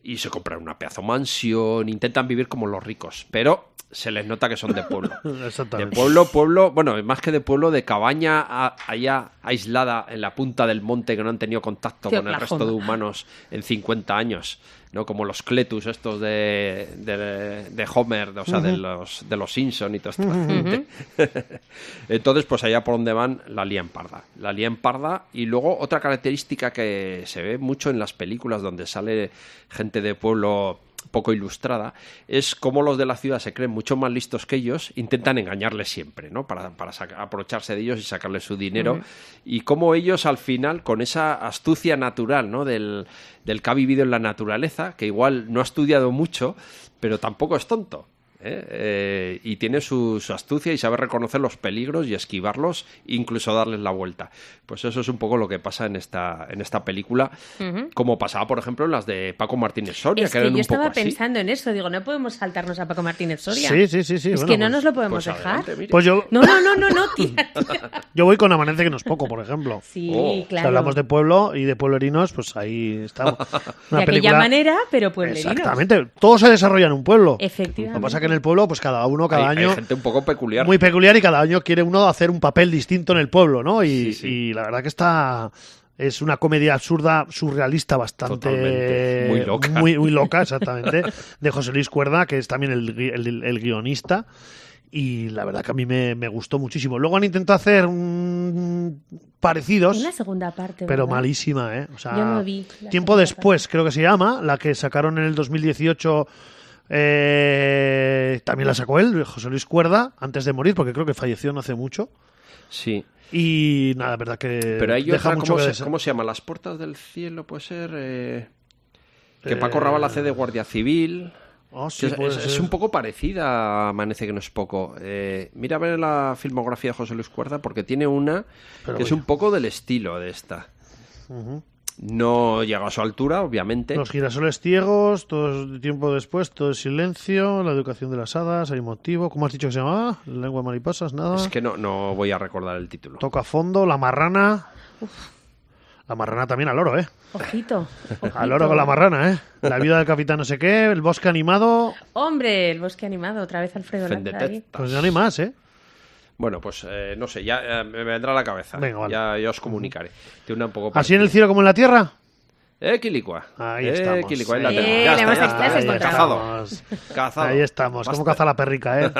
Speaker 2: y se compran una pedazo mansión, intentan vivir como los ricos, pero se les nota que son de pueblo. De
Speaker 1: Exactamente.
Speaker 2: pueblo, pueblo, bueno, más que de pueblo, de cabaña a- allá aislada en la punta del monte que no han tenido contacto
Speaker 3: Sí,
Speaker 2: con el resto de
Speaker 3: Oklahoma.
Speaker 2: humanos en 50 años, ¿no? Como los Cletus estos de, de, de Homer, de- o sea, de, los, de los Simpson y todo esto. *laughs* Entonces, pues allá por donde van, la lían parda. La lían parda y luego otra característica que se ve mucho en las películas donde sale gente de pueblo poco ilustrada, es como los de la ciudad se creen mucho más listos que ellos, intentan engañarles siempre, ¿no? Para, para saca- aprovecharse de ellos y sacarles su dinero. Y como ellos al final, con esa astucia natural, ¿no? Del, del que ha vivido en la naturaleza, que igual no ha estudiado mucho, pero tampoco es tonto. ¿eh? Eh, y tiene su, su astucia y sabe reconocer los peligros y esquivarlos, incluso darles la vuelta. Pues eso es un poco lo que pasa en esta, en esta película, como pasaba, por ejemplo, en las de Paco Martínez Soria,
Speaker 3: Es
Speaker 2: que
Speaker 3: que
Speaker 2: eran
Speaker 3: yo
Speaker 2: un
Speaker 3: estaba
Speaker 2: poco así.
Speaker 3: pensando en eso. Digo, no podemos saltarnos a Paco Martínez Soria.
Speaker 1: Sí, sí, sí, sí.
Speaker 3: Es
Speaker 1: bueno,
Speaker 3: que no
Speaker 1: pues-
Speaker 3: nos lo
Speaker 2: Pues
Speaker 3: podemos dejar.
Speaker 2: adelante, mire.
Speaker 1: Pues yo,
Speaker 3: No, no, no, no, no, tía.
Speaker 1: *laughs* yo voy con Amanece que no es poco, por
Speaker 3: *laughs*
Speaker 1: ejemplo.
Speaker 3: Sí,
Speaker 2: Oh.
Speaker 1: Si
Speaker 3: claro.
Speaker 1: hablamos de pueblo y de pueblerinos, pues ahí
Speaker 3: *laughs*
Speaker 1: estamos.
Speaker 3: de aquella manera, pero pueblerinos.
Speaker 1: Exactamente. Todo se desarrolla en un pueblo. Lo
Speaker 3: Efectivamente.
Speaker 1: que pasa es que en el pueblo, pues cada uno, cada
Speaker 2: Hay- hay
Speaker 1: año...
Speaker 2: gente un poco peculiar.
Speaker 1: Muy peculiar y cada año quiere uno hacer un papel distinto en el pueblo, ¿no? Y,
Speaker 2: Sí, sí.
Speaker 1: y la verdad que está. Es una comedia absurda, surrealista, bastante.
Speaker 2: Totalmente. Muy loca.
Speaker 1: Muy, muy loca, exactamente. de José Luis Cuerda, que es también el, gui- el- el guionista. Y la verdad que a mí me, me gustó muchísimo. Luego han intentado hacer un- parecidos,
Speaker 3: Una segunda parte.
Speaker 1: pero
Speaker 3: ¿verdad?
Speaker 1: malísima, ¿eh? O sea,
Speaker 3: Yo no vi la
Speaker 1: Tiempo
Speaker 3: segunda
Speaker 1: después, creo que se llama, la que sacaron en el 2018. eh, también la sacó él, José Luis Cuerda, antes de morir, porque creo que falleció no hace mucho.
Speaker 2: Sí.
Speaker 1: Y nada, la verdad que.
Speaker 2: Pero hay
Speaker 1: Eh, deja
Speaker 2: otra,
Speaker 1: mucho
Speaker 2: ¿cómo
Speaker 1: que
Speaker 2: se,
Speaker 1: desear.
Speaker 2: cómo se llama? Las puertas del cielo, puede ser. eh, que
Speaker 1: Eh,
Speaker 2: Paco Raval hace de guardia civil.
Speaker 1: Ah, sí,
Speaker 2: Que es-
Speaker 1: puede
Speaker 2: es,
Speaker 1: ser.
Speaker 2: es un poco parecida a Amanece que no es poco. Eh, mira a ver la filmografía de José Luis Cuerda porque tiene una
Speaker 1: Pero
Speaker 2: que es
Speaker 1: bueno.
Speaker 2: un poco del estilo de esta.
Speaker 1: Ujú.
Speaker 2: No llega a su altura, obviamente.
Speaker 1: Los girasoles ciegos, todo es tiempo después, todo es silencio, la educación de las hadas, hay motivo. ¿Cómo has dicho que se llamaba? Lengua de mariposas, nada.
Speaker 2: Es que no, no voy a recordar el título.
Speaker 1: Toca a fondo, la marrana. La marrana también al oro, ¿eh?
Speaker 3: Ojito. ojito.
Speaker 1: *laughs* Pues Al oro con la marrana, ¿eh? La vida del capitán no sé qué, el bosque animado.
Speaker 3: Hombre, el bosque animado, otra vez Alfredo Lanza
Speaker 2: Fendetez.
Speaker 3: ahí.
Speaker 1: Pues ya no hay más, ¿eh?
Speaker 2: Bueno, pues eh, no sé, ya eh, me vendrá a la cabeza.
Speaker 1: Venga, vale.
Speaker 2: ya, ya os comunicaré. Tiene una un poco
Speaker 1: Así en el
Speaker 2: parecida.
Speaker 1: cielo como en la tierra.
Speaker 2: Eh, Quilicua.
Speaker 1: Ahí
Speaker 2: eh,
Speaker 1: estamos.
Speaker 2: Quilicua, ahí la
Speaker 1: Eh,
Speaker 2: tengo.
Speaker 3: le
Speaker 2: Ya está,
Speaker 3: hemos-
Speaker 2: ya
Speaker 3: ya
Speaker 2: está,
Speaker 3: se
Speaker 2: ya está.
Speaker 3: encontraba.
Speaker 2: Cazado. Cazado.
Speaker 1: Ahí estamos, como
Speaker 2: Basta.
Speaker 1: caza la
Speaker 2: *laughs*
Speaker 1: perrica, ¿eh?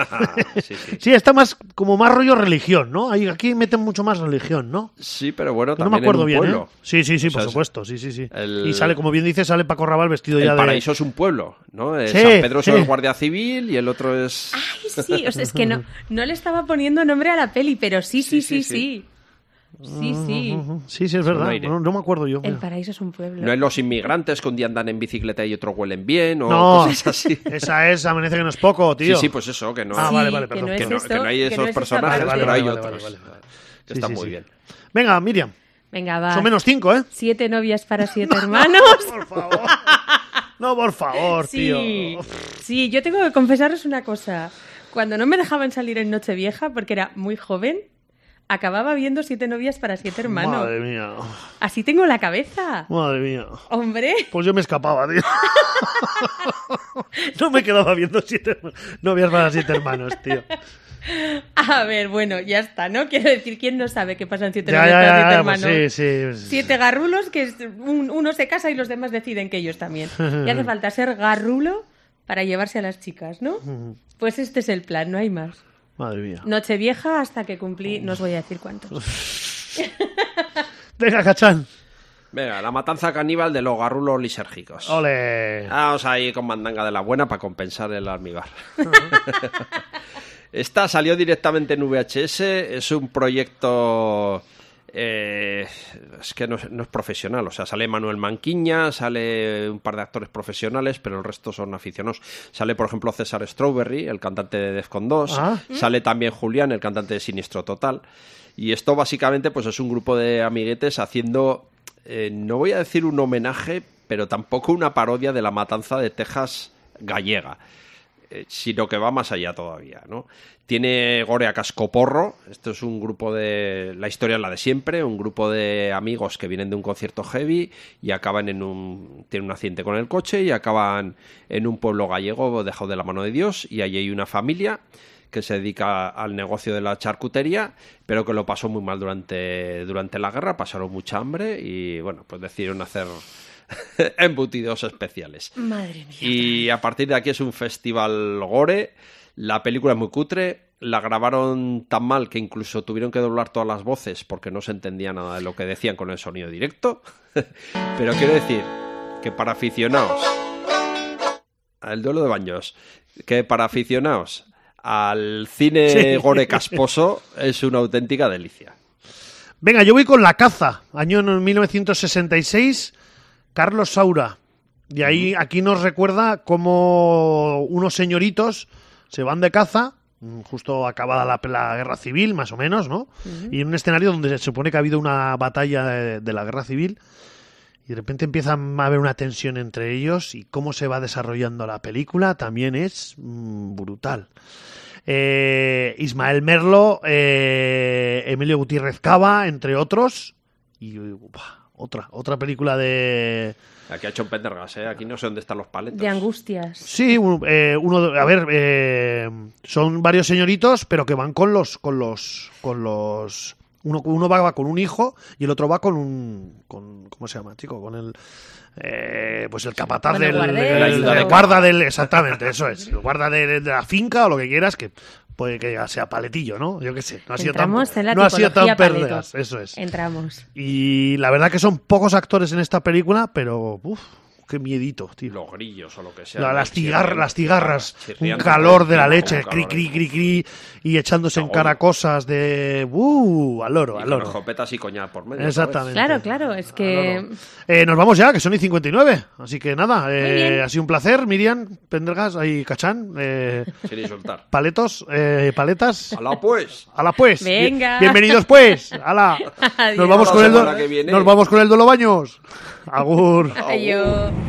Speaker 2: sí, sí.
Speaker 1: Sí, está más como más rollo religión, ¿no? Ahí- Aquí meten mucho más religión, ¿no?
Speaker 2: Sí, pero bueno,
Speaker 1: No
Speaker 2: también
Speaker 1: me
Speaker 2: en
Speaker 1: acuerdo
Speaker 2: un
Speaker 1: bien, ¿eh?
Speaker 2: pueblo.
Speaker 1: Sí, sí, sí,
Speaker 2: O sea,
Speaker 1: por
Speaker 2: es-
Speaker 1: supuesto, sí, sí, sí.
Speaker 2: el-
Speaker 1: Y sale, como bien dice, sale Paco Raval vestido
Speaker 2: El
Speaker 1: ya de...
Speaker 2: paraíso es un pueblo, ¿no? Eh,
Speaker 1: Sí,
Speaker 2: San Pedro solo
Speaker 1: sí.
Speaker 2: es guardia civil y el otro es...
Speaker 3: Ay, sí, o sea, es
Speaker 2: *laughs*
Speaker 3: que no, no le estaba poniendo nombre a la peli, pero sí, sí,
Speaker 2: Sí, sí,
Speaker 3: sí, sí. Sí,
Speaker 1: Mm,
Speaker 3: sí.
Speaker 1: Ujú, Sí, sí, es verdad.
Speaker 2: aire.
Speaker 1: No, no me acuerdo yo.
Speaker 3: El
Speaker 1: mira.
Speaker 3: paraíso es un pueblo.
Speaker 2: No hay los inmigrantes que un día andan en bicicleta y otro huelen bien o
Speaker 1: No,
Speaker 2: cosas pues así.
Speaker 1: *laughs* esa es, amanece que no es poco,
Speaker 2: Sí,
Speaker 1: tío.
Speaker 2: sí, pues eso, que no,
Speaker 1: Ah,
Speaker 3: Sí,
Speaker 1: vale, vale, perdón.
Speaker 3: Que no,
Speaker 2: que
Speaker 3: es
Speaker 2: no-
Speaker 3: esto,
Speaker 2: que no hay
Speaker 3: que
Speaker 2: esos
Speaker 3: no es esta
Speaker 2: personajes,
Speaker 3: parte.
Speaker 1: Vale,
Speaker 2: pero
Speaker 1: vale,
Speaker 2: hay
Speaker 1: vale,
Speaker 2: otros.
Speaker 1: vale, vale, vale.
Speaker 2: que
Speaker 1: Sí,
Speaker 2: están
Speaker 1: sí,
Speaker 2: muy
Speaker 1: sí.
Speaker 2: bien.
Speaker 1: Venga, Miriam,
Speaker 3: Venga, va.
Speaker 1: son menos cinco, ¿eh?
Speaker 3: Siete novias para
Speaker 1: *laughs*
Speaker 3: siete hermanos.
Speaker 1: Por favor. No, por favor, tío.
Speaker 3: Sí, sí, yo tengo que confesaros una cosa. Cuando no me dejaban salir en Nochevieja, porque era muy joven, acababa viendo siete novias para siete hermanos.
Speaker 1: Madre mía.
Speaker 3: Así tengo la cabeza.
Speaker 1: Madre mía.
Speaker 3: Hombre,
Speaker 1: Pues yo me escapaba,
Speaker 3: *laughs*
Speaker 1: tío. No me quedaba viendo siete novias para siete hermanos,
Speaker 3: *laughs*
Speaker 1: tío.
Speaker 3: a ver, bueno, ya está, ¿no? Quiero decir, ¿quién no sabe qué pasan siete
Speaker 1: Ya,
Speaker 3: novias
Speaker 1: ya,
Speaker 3: para
Speaker 1: ya,
Speaker 3: siete
Speaker 1: ya, pues
Speaker 3: hermanos?
Speaker 1: sí, sí.
Speaker 3: Siete garrulos que es- un- uno se casa y los demás deciden que ellos también.
Speaker 1: *laughs*
Speaker 3: Y hace falta ser garrulo para llevarse a las chicas, ¿no? Pues este es el plan, no hay más.
Speaker 1: Madre mía.
Speaker 3: Nochevieja hasta que cumplí, no os voy a decir cuántos.
Speaker 1: Venga, cachán.
Speaker 2: Venga, la matanza caníbal de los garrulos lisérgicos.
Speaker 1: Ole.
Speaker 2: Vamos ahí con mandanga de la buena para compensar el almíbar. Esta salió directamente en VHS, es un proyecto... eh, es que no, es- no es profesional, o sea, sale Manuel Manquiña, sale un par de actores profesionales, pero el resto son aficionados. Sale, por ejemplo, César Strawberry, el cantante de Defcon 2,
Speaker 1: Ah.
Speaker 2: sale también Julián, el cantante de Siniestro Total. Y esto básicamente pues es un grupo de amiguetes haciendo, eh, no voy a decir un homenaje, pero tampoco una parodia de la matanza de Texas gallega eh, sino que va más allá todavía, ¿no? Tiene Gore a Cascoporro, esto es un grupo de... la historia es la de siempre, un grupo de amigos que vienen de un concierto heavy y acaban en un... tienen un accidente con el coche y acaban en un pueblo gallego dejado de la mano de Dios y allí hay una familia que se dedica al negocio de la charcutería, pero que lo pasó muy mal durante, durante la guerra, pasaron mucha hambre y, bueno, pues decidieron hacer *laughs* embutidos especiales.
Speaker 3: Madre mía.
Speaker 2: Y a partir de aquí es un festival gore. La película es muy cutre. La grabaron tan mal que incluso tuvieron que doblar todas las voces porque no se entendía nada de lo que decían con el sonido directo. *laughs* Pero quiero decir que para aficionados al duelo de baños, que para aficionados al cine
Speaker 1: Sí.
Speaker 2: gore casposo es una auténtica delicia.
Speaker 1: Venga, yo voy con La Caza, año 1966, Carlos Saura. Y ahí, aquí nos recuerda cómo unos señoritos se van de caza, mm, justo acabada la, la guerra civil, más o menos, ¿no? Y en un escenario donde se supone que ha habido una batalla de, de la guerra civil. Y de repente empieza a haber una tensión entre ellos y cómo se va desarrollando la película también es mm, brutal. Eh, Ismael Merlo, eh, Emilio Gutiérrez Cava, entre otros. Y buah, otra, otra película de.
Speaker 2: Aquí ha hecho un pendergas, ¿eh? Aquí no sé dónde están los paletos.
Speaker 3: De angustias.
Speaker 1: Sí, un- eh, uno de- a ver, eh, son varios señoritos, pero que van con los, con los, con los. Uno, uno va, va con un hijo y el otro va con un, con, ¿cómo se llama, chico? Con el, eh, pues el capataz
Speaker 3: Con el
Speaker 1: del,
Speaker 3: guardero.
Speaker 1: del-
Speaker 2: El ayudante
Speaker 1: del
Speaker 2: de
Speaker 1: guarda del, exactamente, eso es, el guarda de, de la finca o lo que quieras, que puede que sea paletillo, ¿no? Yo qué sé, no ha sido tan,
Speaker 3: Entramos en la
Speaker 1: no ha sido tan
Speaker 3: tipología paleto.
Speaker 1: perdeas, eso es.
Speaker 3: Entramos.
Speaker 1: Y la verdad que son pocos actores en esta película, pero, uff, qué miedito, tío.
Speaker 2: los grillos o lo que sea.
Speaker 1: La-
Speaker 2: ¿no?
Speaker 1: las,
Speaker 2: Chirriando,
Speaker 1: cigarras, las cigarras, un
Speaker 2: chirriando,
Speaker 1: calor de la
Speaker 2: como
Speaker 1: leche,
Speaker 2: un
Speaker 1: cri,
Speaker 2: calor eh.
Speaker 1: cri,
Speaker 2: ahí.
Speaker 1: cri, cri, y echándose en
Speaker 2: Está
Speaker 1: cara
Speaker 2: bueno.
Speaker 1: cosas de... ¡Uh! Al oro,
Speaker 2: ¿eh? Y
Speaker 1: al
Speaker 2: con
Speaker 1: oro.
Speaker 2: escopetas y coñac por medio. ¿sabes?
Speaker 1: Exactamente.
Speaker 3: Claro, claro, es que-
Speaker 1: Al oro. Eh, nos vamos ya, que son y 59. Así que nada, eh,
Speaker 3: bien.
Speaker 1: ha sido un placer, Miriam, Pendergas, ahí Cachán, eh,
Speaker 2: Sin insultar.
Speaker 1: paletos, eh, paletas.
Speaker 2: ¡Hala pues!
Speaker 1: ¡Hala pues!
Speaker 3: Venga.
Speaker 1: Bien- Bienvenidos pues. ¡Hala!
Speaker 3: *laughs* Adiós.
Speaker 1: Nos vamos,
Speaker 2: La
Speaker 1: con el
Speaker 2: semana
Speaker 1: do-
Speaker 2: que viene.
Speaker 1: nos vamos con el Dolo Baños. Agur.
Speaker 3: Adiós.